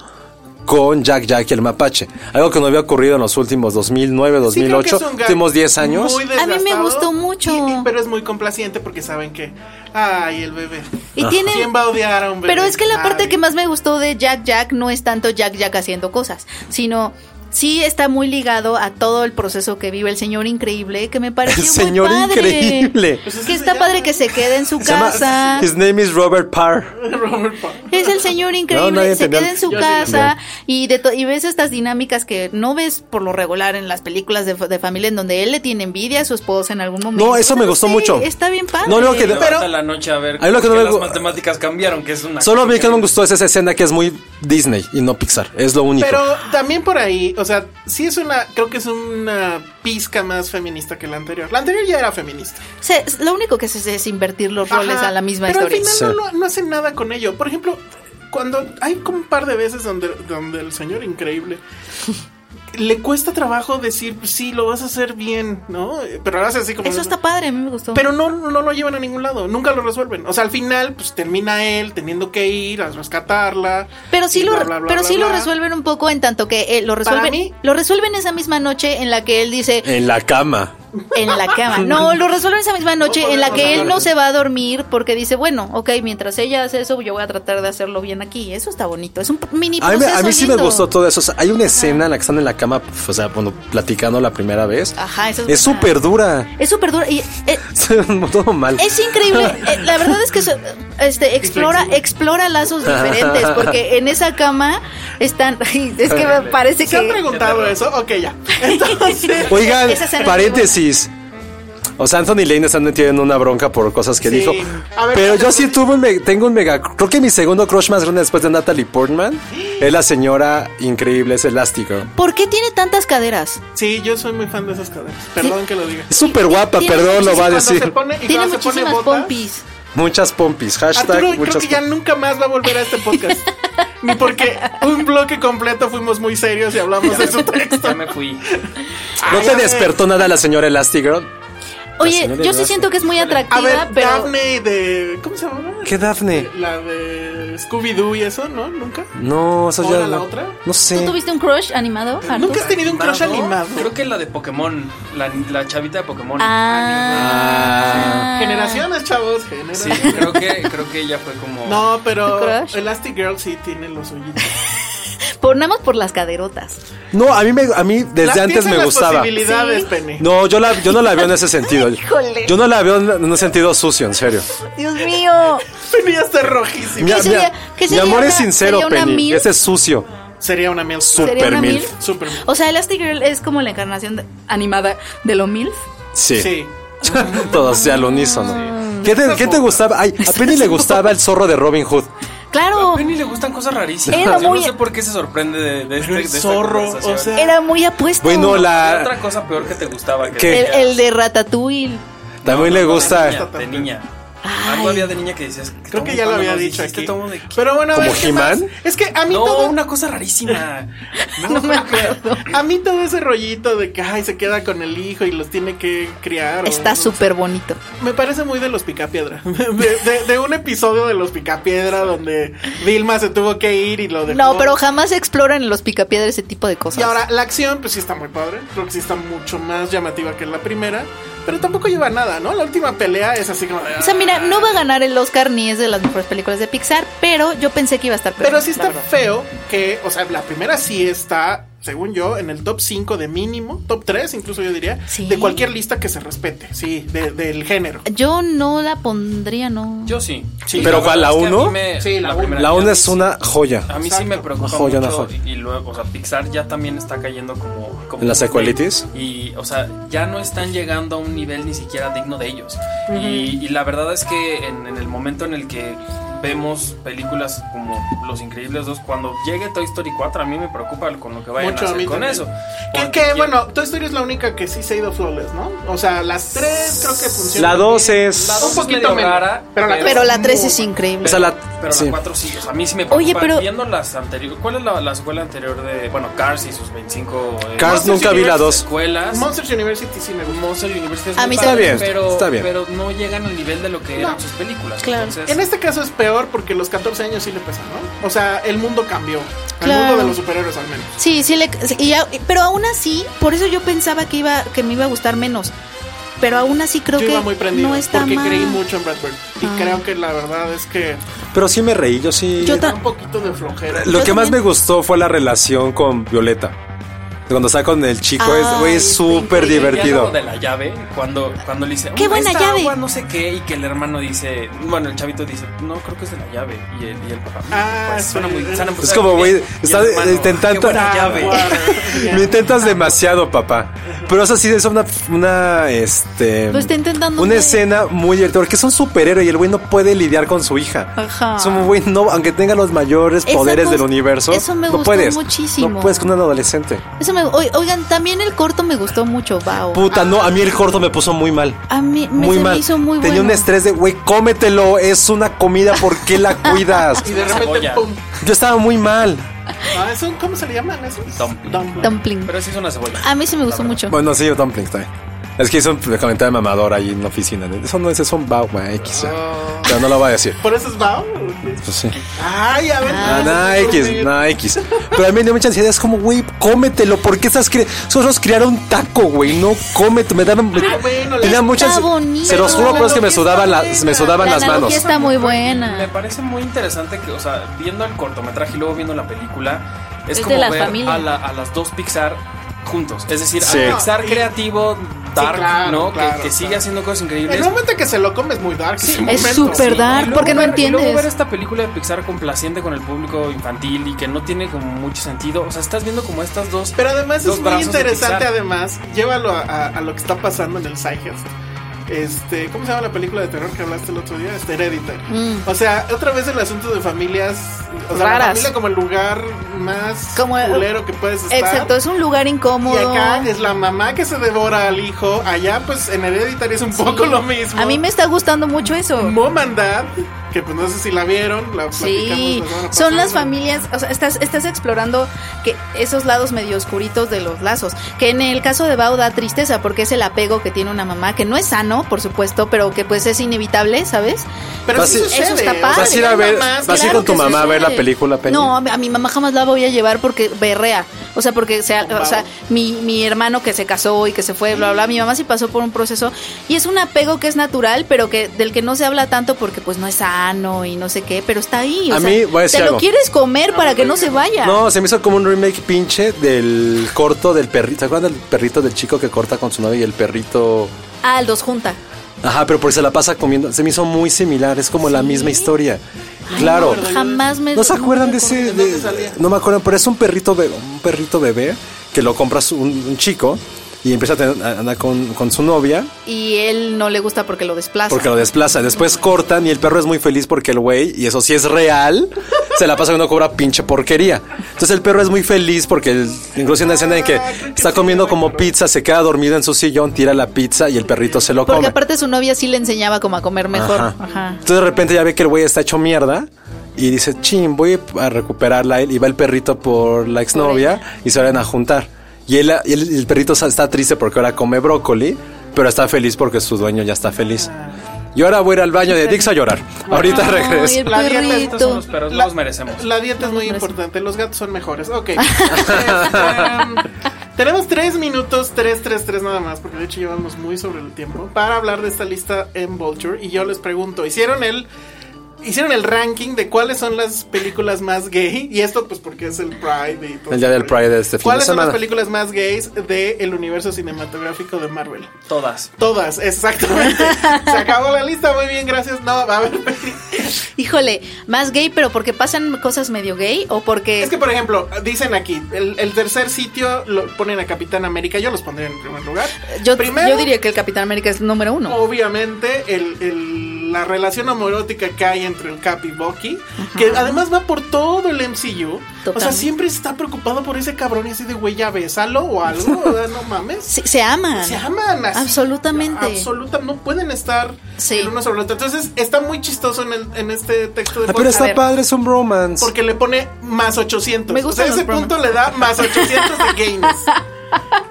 con Jack Jack y el mapache. Algo que no había ocurrido en los últimos 2009,
Sí, creo que
2008,
es un gag
últimos 10 años.
muy
A mí me
desgastado,
gustó mucho.
y- y- pero es muy complaciente porque saben que. Ay, el bebé.
Ah.
Y tiene...
¿Quién va a odiar a un bebé?
Pero es que la parte
Nadie.
que más me gustó de Jack Jack no es tanto Jack Jack haciendo cosas, sino sí está muy ligado a todo el proceso que vive el señor increíble, que me pareció
El señor
muy padre.
increíble.
Que está padre que se quede en su
Se llama-
casa.
His name is Robert Parr.
Robert Pattinson.
Es el señor increíble,
No, nadie
se
entendió.
queda en su
Yo sí.
casa y, de to- y ves estas dinámicas que no ves por lo regular en las películas de, fa- de familia en donde él le tiene envidia a su esposa en algún momento.
No, eso me gustó
sí,
mucho.
Está bien padre.
No, no, que-
Levanta
pero-
la noche a ver
Ahí lo que no
que
me
las
gu-
matemáticas cambiaron, que es una
Solo a mí que no me gustó es esa escena que es muy Disney y no Pixar. Es lo único.
Pero también por ahí, o sea, sí es una, creo que es una pizca más feminista que la anterior. La anterior ya era feminista.
Se- lo único que se hace es invertir los roles
Ajá,
a la misma
pero
historia.
al final
Sí.
no, no- no hacen nada con ello. Por ejemplo, cuando hay como un par de veces donde, donde el señor increíble le cuesta trabajo decir, sí, lo vas a hacer bien, ¿no? Pero lo hace así como...
Eso está padre, a mí me gustó.
Pero no, no lo llevan a ningún lado, nunca lo resuelven. O sea, al final, pues termina él teniendo que ir a rescatarla.
Pero sí
y
lo,
bla, bla, bla,
pero
bla,
sí lo
bla.
resuelven un poco en tanto que eh, lo resuelven,
mí-
lo resuelven esa misma noche en la que él dice
En la cama.
en la cama. No, lo resuelven esa misma noche en la que él
podemos
no se va a dormir porque dice, bueno, ok, mientras ella hace eso, yo voy a tratar de hacerlo bien aquí. Eso está bonito. pues Es un mini
A mí, me-
proceso.
a mí sí me
lindo.
gustó todo eso. O sea, hay una escena en la que están en la cama, pf, o sea, cuando platicando la primera vez.
Ajá, eso es
Es
buena.
súper dura.
Es súper duro. Y, eh,
todo mal.
es increíble. Eh, la verdad es que so- este, explora, explora lazos diferentes porque en esa cama están... Es que me parece
¿Se han
que...
preguntado eso? Ok, ya. Entonces...
Oigan,
Esa escena es muy
paréntesis. O sea, Anthony Lane están metido en una bronca por cosas que
Sí.
dijo.
A ver,
pero
¿cuál
yo
es
sí
el-
tuve un me- tengo un mega. Creo que mi segundo crush más grande después de Natalie Portman es la señora increíble, es Elástico.
¿Por qué tiene tantas caderas?
Sí, yo soy muy fan de esas caderas. Perdón que lo diga.
Es súper guapa,
Tiene
perdón, lo
muchísimo-
va a
Cuando se
decir.
pone, y
Tiene
cuando se pone
muchísimas
botas,
pompis.
Muchas pompis. Hashtag
Arturo creo
muchas
que ya
pompis.
nunca más va a volver a este podcast. Ni porque un bloque completo fuimos muy serios y hablamos de su texto.
Ya me fui.
No
Ay,
te
a ver.
despertó nada la señora Elástico.
Oye,
señora
yo sí
Gracia.
siento que es muy
A
atractiva,
ver,
pero...
Daphne de... ¿Cómo se llama?
¿Qué Dafne?
La de Scooby-Doo y eso, ¿no? ¿Nunca?
No, eso
¿Hola,
ya.
la
no-
otra?
No
¿Tú
sé.
tuviste un crush animado? Arthur?
¿Nunca has tenido un crush animado?
Creo que la de Pokémon, la, la chavita de Pokémon.
Ah.
Generaciones, chavos,
Sí,
generaciones.
creo que, creo que ella fue como...
No, pero
¿Tu crush?
Elastic Girl sí tiene los hoyitos.
Ponamos por las caderotas.
No, a mí, me, a mí desde
Las-
antes
piensa en
me
las
gustaba.
posibilidades,
Sí.
Penny.
No, yo, la, yo no la veo en ese sentido.
Híjole.
Yo no la veo en un sentido sucio, en serio.
Dios mío.
Penny ya está rojísima.
Mi,
¿Qué sería-
mi-
qué
mi
sería
amor es
una-
sincero,
sería una
Penny.
mil?
Ese es sucio.
Sería una miel.
Super
¿Sería una
mil.
milf?
Super mil.
O sea, Elastigirl es como la encarnación de- animada de lo MILF.
Sí.
Sí.
Todos al unísono. ¿Qué te, qué te gustaba? Ay, a Penny le gustaba el zorro de Robin Hood.
Claro,
A Penny le gustan cosas rarísimas.
Era
Yo
muy-
no sé por qué se sorprende de, de este de
El
esta
zorro,
conversación.
o sea...
era muy apuesto.
Bueno,
¿Qué otra
la.
cosa peor que te gustaba? Que
¿Qué?
el,
decías?
el de Ratatouille.
También le
De
gusta.
niña, de niña. Ah, todavía de niña que decías.
Creo que
¿cómo-
ya lo
cómo
había
nos
dicho
dijiste
aquí.
todo de-
Pero bueno, a
¿Como
ver, ¿qué
He-Man?
más? Es que a mí
No,
todo
una cosa rarísima. No,
No me acuerdo.
a mí todo ese rollito de que ay, se queda con el hijo y los tiene que criar. o-
Está súper bonito.
Me parece muy de los Picapiedra. De, de- de un episodio de los Picapiedra donde Vilma se tuvo que ir y lo dejó.
No, pero jamás se exploran en los picapiedra ese tipo de cosas.
Y ahora, la acción, pues sí está muy padre. Creo que sí está mucho más llamativa que la primera. Pero tampoco lleva nada, ¿no? La última pelea es así como de.
O sea, mira, no va a ganar el Oscar ni es de las mejores películas de Pixar, pero yo pensé que iba a estar peor.
Pero sí
la
está
verdad.
feo que, o sea, la primera sí está, según yo, en el top 5 de mínimo, top 3 incluso yo diría,
Sí. Eh,
de cualquier lista que se respete, sí, de- del género.
Yo no la pondría, no.
Yo sí. sí
¿Pero cuál,
verdad
la
es que a
uno?
mí me-
Sí, la uno.
primera
La
que
onda
a
es
mí-
una joya.
A mí sí
Exacto.
me preocupa
Una joya, una
mucho
joya.
y, y luego, o sea, Pixar ya también está cayendo como, como
¿En la secuelitis?
y, o sea, ya no están llegando a un nivel ni siquiera digno de ellos. y, y la verdad es que en, en el momento en el que vemos películas como Los Increíbles 2, cuando llegue Toy Story 4, a mí me preocupa con lo que vayan
Mucho
a
a mí
hacer con
también.
eso.
Que,
Porque
que,
quiero-
bueno, Toy Story es la única que sí se ha ido flawless, ¿no? O sea, las tres creo que funcionan.
La dos
bien.
es-
La dos
es medio rara,
tres
Pero la 3
muy
es
buena.
increíble.
O sea, la.
Pero
sí.
la 4 sí, o sea, a mí sí me preocupa.
Oye, pero-
Viendo las anteriores. ¿Cuál es la, la secuela anterior de. Bueno, Cars y sus 25. eh,
Cars nunca vi la dos.
Secuelas.
Monsters University sí me gusta.
Monster University es
A
muy
mí
padre,
también.
pero,
Está bien.
pero no llegan al nivel de lo que eran
No.
sus películas.
Claro.
Entonces,
En este caso es peor porque los 14 años sí le pesan, ¿no? O sea, el mundo cambió. El
Claro.
mundo de los superhéroes al menos.
Sí, sí, le, sí, y ya- pero aún así, por eso yo pensaba que iba que me iba a gustar menos. Pero aún así creo
Yo
que
iba muy prendido
no está
porque
mal. Ah.
creí mucho en Brad Bird. Y creo que la verdad es que
Pero sí me reí, yo sí.
Yo
me da
ta-
un poquito de flojera.
Lo
Yo
que más me
también.
gustó fue la relación con Violeta. Cuando está con el chico, es, güey, es
Ay,
súper
está increíble.
divertido.
de la llave, cuando, cuando le dice,
¡Qué
"Mm,
buena
esta
llave!
agua, no sé qué, y que el hermano dice, bueno, el chavito dice, no, creo que es de la llave. Y el, y el papá,
Ah,
pues, suena
sí.
muy, suena muy
Es como, güey,
bien. Y
está
el hermano,
intentando-
"Qué buena llave.
Agua.
Lo intentas demasiado, papá. Pero es así, es una, una, este...
Lo está intentando
Una
muy-
escena muy divertida, porque es un superhéroe y el güey no puede lidiar con su hija.
Ajá.
Es un güey, no, aunque tenga los mayores
Esa
poderes
cos-
del universo,
eso me
no
gustó
puedes.
muchísimo.
No puedes con un adolescente.
Eso me- oi- oigan, también el corto me gustó mucho, Bao.
Puta, no, a mí el corto me puso muy mal.
A mí me,
muy
se
mal.
me hizo muy
Tenía
bueno.
un estrés de, güey, cómetelo, es una comida, ¿por qué la cuidas?
Y de repente,
Cebolla.
pum.
Yo estaba muy mal.
Ah, ¿eso, ¿Cómo se le llaman esos?
Dumpling.
Dumpling.
Dumpling.
Pero sí es una cebolla.
A mí se me gustó
La verdad.
mucho.
Bueno, sí, yo dumpling también. Es que hizo un comentario mamador ahí en la oficina. Eso no es, eso es un bauma X. ya. Pero no lo voy a decir.
¿Por eso es Bao?
Pues sí.
Ay, a ver.
Ah, nada X, nada X. Pero a mí me dio mucha ansiedad. Es como, güey, cómetelo. ¿Por qué estás cre Nosotros criar un taco, güey. No cómete. Me daban. me-
bueno,
tenía
está
mucha ansi-
bonito.
Se los juro, pero es que me
Está
sudaban, la-
buena.
me sudaban
La
las manos.
analogía está muy buena.
Me parece muy interesante que, o sea, viendo el cortometraje y luego viendo la película, es,
Es de
como
las
ver
familias.
a, la- a las dos Pixar juntos. Es decir,
Sí.
al Pixar creativo, Dark,
claro,
¿no? Que-
claro,
que, sigue
claro.
haciendo cosas
El
increíbles.
momento que se lo come es muy dark. ese
es
momento.
súper dark.
Y luego
porque no
ver- Y
entiendes.
luego ver esta película de Pixar complaciente con el público infantil y que no tiene como mucho sentido. O sea, estás viendo como estas dos.
Pero además
dos
es muy
brazos de
interesante,
Pixar.
además, llévalo a, a- a lo que está pasando en el Psychest. Este, ¿cómo se llama la película de terror que hablaste el otro día? Este Hereditary.
Mm.
O sea, otra vez el asunto de familias, o sea, la
Raras.
familia como el lugar más
Como el-
culero que puedes estar.
Exacto, es un lugar
Y
incómodo.
acá es la mamá que se devora al hijo. Allá, pues en Hereditary es un
Sí.
poco lo mismo.
A mí me está gustando mucho eso.
Mom and Dad, que pues no sé si la vieron, la
Sí,
platicamos la semana
son las
pasada.
familias, o sea, estás, estás explorando que esos lados medio oscuritos de los lazos, que en el caso de Bao da tristeza porque es el apego que tiene una mamá, que no es sano, por supuesto, pero que pues es inevitable, ¿sabes?
Pero
Vas
sí
a-
sucede.
Eso está
o sea,
padre.
Vas a ir a ver,
mamás,
vas a ir
claro
con tu
que
mamá a ver la
sucede.
película, Penny.
No, a mi- a mi mamá jamás la voy a llevar porque berrea. O sea, porque sea,
Con
o sea,
babo.
mi, mi hermano que se casó y que se fue, bla, bla, mi mamá sí pasó por un proceso y es un apego que es natural, pero que del que no se habla tanto porque pues no es sano y no sé qué, pero está ahí. o
A
sea,
mí, voy a decir
te
algo.
lo quieres comer para que no se vaya.
No, se me hizo como un remake pinche del corto del perrito. ¿Se acuerdan del perrito del chico que corta con su novia y el perrito?
Ah, el dos junta.
Ajá, pero porque se la pasa comiendo. Se me hizo muy similar, es como la misma historia. Claro.
Jamás me.
¿No se acuerdan de
me
ese?
acuerdo.
de- no me acuerdo, pero es un perrito bebé, un perrito bebé que lo compras un, un chico y empieza a, tener- a andar con, con su novia
Y él no le gusta porque lo desplaza.
porque lo desplaza. Después cortan y el perro es muy feliz porque el güey, y eso sí es real, se la pasa comiendo cobra pinche porquería. Entonces el perro es muy feliz porque el- incluso hay una escena en que está comiendo como pizza, se queda dormido en su sillón, tira la pizza y el perrito se lo
Porque
come.
aparte su novia sí le enseñaba como a comer mejor.
Ajá.
Ajá.
Entonces de repente ya ve que el güey está hecho mierda y dice, chin, voy a recuperarla a él. Y va el perrito por la exnovia y se van a juntar. Y, él, y él- el perrito sa- está triste porque ahora come brócoli, pero está feliz porque su dueño ya está feliz.
Ah.
Y ahora voy a ir al baño de Dix a llorar. Ahorita
Ay,
regreso.
el
La dieta,
perrito.
Estos son los perros, no los merecemos.
La dieta es muy
Gracias.
importante, los gatos son mejores. Ok. Em, Tenemos tres minutos, tres, tres, tres nada más, porque de hecho llevamos muy sobre el tiempo, para hablar de esta lista en Vulture. Y yo les pregunto, ¿hicieron el, hicieron el ranking de cuáles son las películas más gay? Y esto pues porque es el Pride y todo.
El día del Pride de este fin de
¿Cuáles son las
semana?
películas más gays del universo cinematográfico de Marvel?
Todas.
Todas, exactamente. Se acabó la lista, muy bien, gracias. No, a ver,
Híjole, más gay, pero porque pasan cosas medio gay o porque.
Es que, por ejemplo, dicen aquí, el, el tercer sitio lo ponen a Capitán América, yo los pondría en primer lugar.
yo,
Primero, Oh.
yo diría que el Capitán América es número uno.
obviamente, el, el- la relación homoerótica que hay entre el Cap y Bucky, que además va por todo el MCU. O sea,
Total.
siempre está preocupado por ese cabrón y así de, güey, ya bésalo o algo, o sea, no mames.
Se, se aman.
Se aman así.
Absolutamente.
Absolutamente. No pueden estar
Sí.
el uno sobre el otro. Entonces, está muy chistoso en, el- en este texto de
Ah, pero
podcast.
está
ver.
padre, es un romance.
Porque le pone más 800.
Me gustan
o sea,
los
ese
promos.
punto le da más 800 de gains.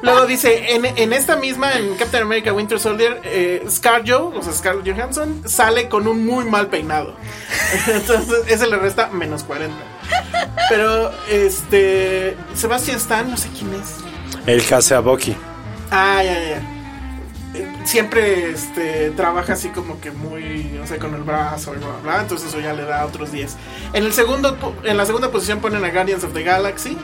Luego dice, en, en esta misma, en Captain America Winter Soldier, eh, Scarjo, o sea, Scarlett Johansson, sale con un muy mal peinado. Entonces, ese le resta menos 40. Pero, este, Sebastian Stan, no sé quién es.
El case a Bucky.
Ah, ya, ya, ya. Eh, Siempre este, trabaja así como que muy, o sea, con el brazo y bla, bla, bla. Entonces eso ya le da otros 10. En, el segundo, pu- en la segunda posición ponen a Guardians of the Galaxy.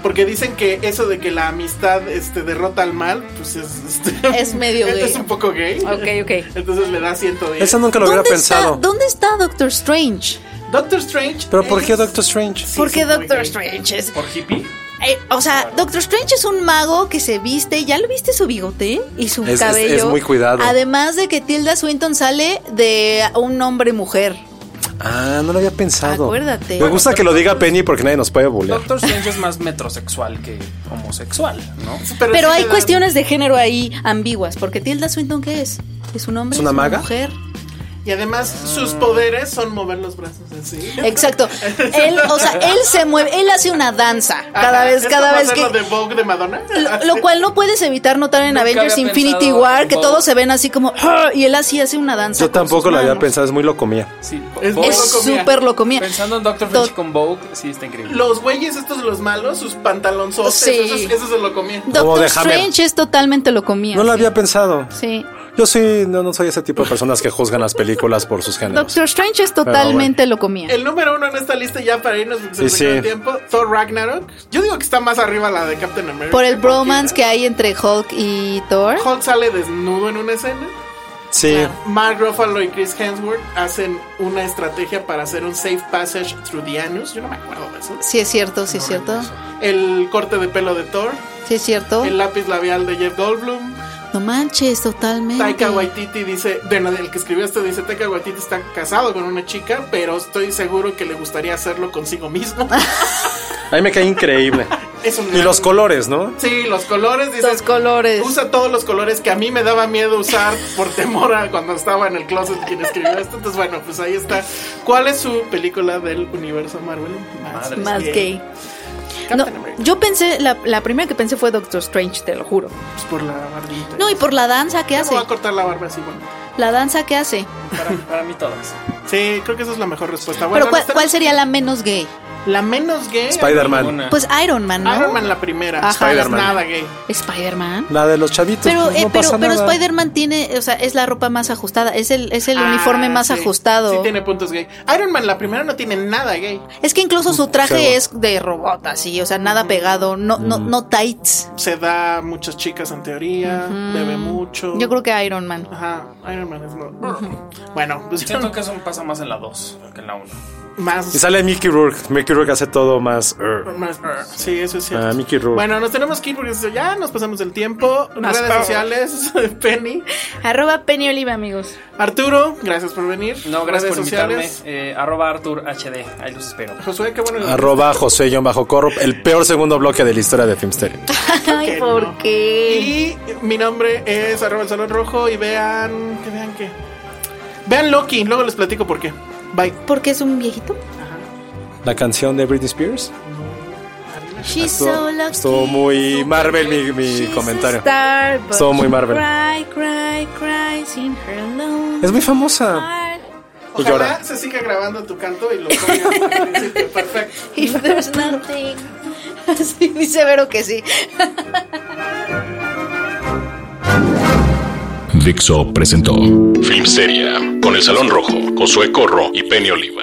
Porque dicen que eso de que la amistad este, derrota al mal, pues es. este,
Es medio gay.
Es un poco gay.
Ok, ok.
Entonces le da 110.
Eso nunca lo hubiera
¿Dónde está-
pensado.
¿Dónde está Doctor Strange?
Doctor Strange.
Pero ¿por qué
es-
Doctor Strange?
Sí,
¿Por
sí,
qué
muy
Doctor
gay.
Strange es-
Por hippie.
eh, o sea, Doctor Strange es un mago que se viste, ¿ya lo viste su bigote y su
Es- es-
cabello?
es muy cuidado.
Además de que Tilda Swinton sale de un hombre-mujer.
Ah, no lo había pensado.
Acuérdate.
Me gusta que lo diga Penny porque nadie nos puede bullear.
Doctor Strange es más metrosexual que homosexual, ¿no?
Pero
sí
hay
le da-
cuestiones de género ahí ambiguas, porque Tilda Swinton, ¿qué es? ¿Es un hombre?
¿Es una maga?
mujer?
Y además sus poderes son mover los brazos así.
Exacto. Él, o sea, él se mueve, él hace una danza cada
Ajá,
vez,
¿esto
cada
va a
vez
ser
que...
lo de Vogue de Madonna?
Lo, lo cual no puedes evitar notar en
Nunca
Avengers
había
Infinity
pensado
War
en
que
Bob.
todos se ven así como "Ah", y él así hace una danza.
Yo
con
tampoco
sus
lo había
manos.
pensado, es muy locomía.
Sí,
Es
Vogue-
Es
Locomía.
súper locomía.
Pensando en Doctor
To-
Strange con Vogue, sí está increíble.
Los güeyes estos los malos, sus pantalonzotes,
Sí.
eso, eso se lo comía.
Como
Doctor
de Hammer.
Strange es totalmente locomía.
No lo había pensado.
Sí.
Yo soy, no, no soy ese tipo de personas que juzgan las películas por sus géneros.
Doctor Strange es totalmente locomía.
El número uno en esta lista ya para irnos porque
Sí,
se nos acabó el
sí.
tiempo, Thor Ragnarok. Yo digo que está más arriba la de Captain America.
Por el
porque
bromance que hay entre Hulk y Thor.
Hulk sale desnudo en una escena.
Sí,
Mark Ruffalo y Chris Hemsworth hacen una estrategia para hacer un safe passage through the anus. Yo no me acuerdo de eso.
Sí es cierto, sí es cierto.
El corte de pelo de Thor,
Sí es cierto.
el lápiz labial de Jeff Goldblum.
No manches, totalmente.
Taika Waititi dice, bueno, el que escribió esto dice, Taika Waititi está casado con una chica, pero estoy seguro que le gustaría hacerlo consigo mismo.
a mí me cae increíble.
Es un
Y los colores, ¿no?
Sí, los colores, dices,
Los colores.
Usa todos los colores que a mí me daba miedo usar por temor a cuando estaba en el closet quien escribió esto. Entonces, bueno, pues ahí está. ¿Cuál es su película del universo Marvel más,
Madre.
Más gay. No,
Captain America.
yo pensé, la, la primera que pensé fue Doctor Strange, te lo juro.
Pues por la barbita.
No, y por la danza que
Ya me
hace.
voy a cortar la barba así, bueno.
La danza que hace.
Para, para mí todas.
Sí, creo que esa es la mejor respuesta. Bueno,
Pero ¿cuál,
nos
cuál
tenemos-
sería la menos gay?
La menos gay.
Spider-Man.
Ninguna.
Pues Iron Man, ¿no?
Ah. Iron Man la primera.
Ajá.
Spider-Man.
Nada gay.
Spider-Man.
La de los chavitos.
Pero,
pues,
eh,
no
pero,
pasa
pero
nada.
Spider-Man tiene, o sea, es la ropa más ajustada, es el, es el
Ah,
uniforme más
sí.
ajustado.
Sí tiene puntos gay. Iron Man la primera no tiene nada gay.
Es que incluso su traje
Seguro.
es de robot, así, o sea,
Mm.
nada pegado, no, no,
Mm.
no tights.
Se da a muchas chicas en teoría, bebe mucho.
Yo creo que Iron Man.
Ajá, Iron Man es no. Bueno, pues
Siento que eso pasa más en la 2 que en la 1.
Y
más.
sale Mickey Rourke. Mickey Rourke hace todo más. er.
más- Sí, eso es cierto.
Ah, Mickey Rourke.
Bueno, nos tenemos que ir porque ya nos pasamos el tiempo.
Nos
Redes
vamos.
sociales, Penny.
Arroba Penny Oliva, amigos.
Arturo, gracias por venir.
No,
Redes
gracias por invitarme. Eh, arroba Arthur HD. Ahí los espero.
Josué, qué bueno. que-
Arroba José-Corro, el peor segundo bloque de la historia de Filmsteria.
Ay, ¿por
no.
qué?
Y mi nombre es arroba el salón rojo y vean, que vean que. Vean Loki, luego les platico por qué. Bye.
Porque es un viejito.
La canción de Britney Spears.
She's
Estuvo-
so lucky.
estuvo muy Marvel mi- mi
She's a
comentario.
star, but
Estuvo muy
she
Marvel.
Cry, cry, cries in her lonely
Es muy famosa.
heart.
Pues
Ojalá
llora.
se siga grabando tu canto y lo pongas al principio. Perfecto.
If there's nothing. Así dice Vero que sí.
Dixo presentó Filmsteria con el Salón Rojo, Josué Corro y Penny Oliva.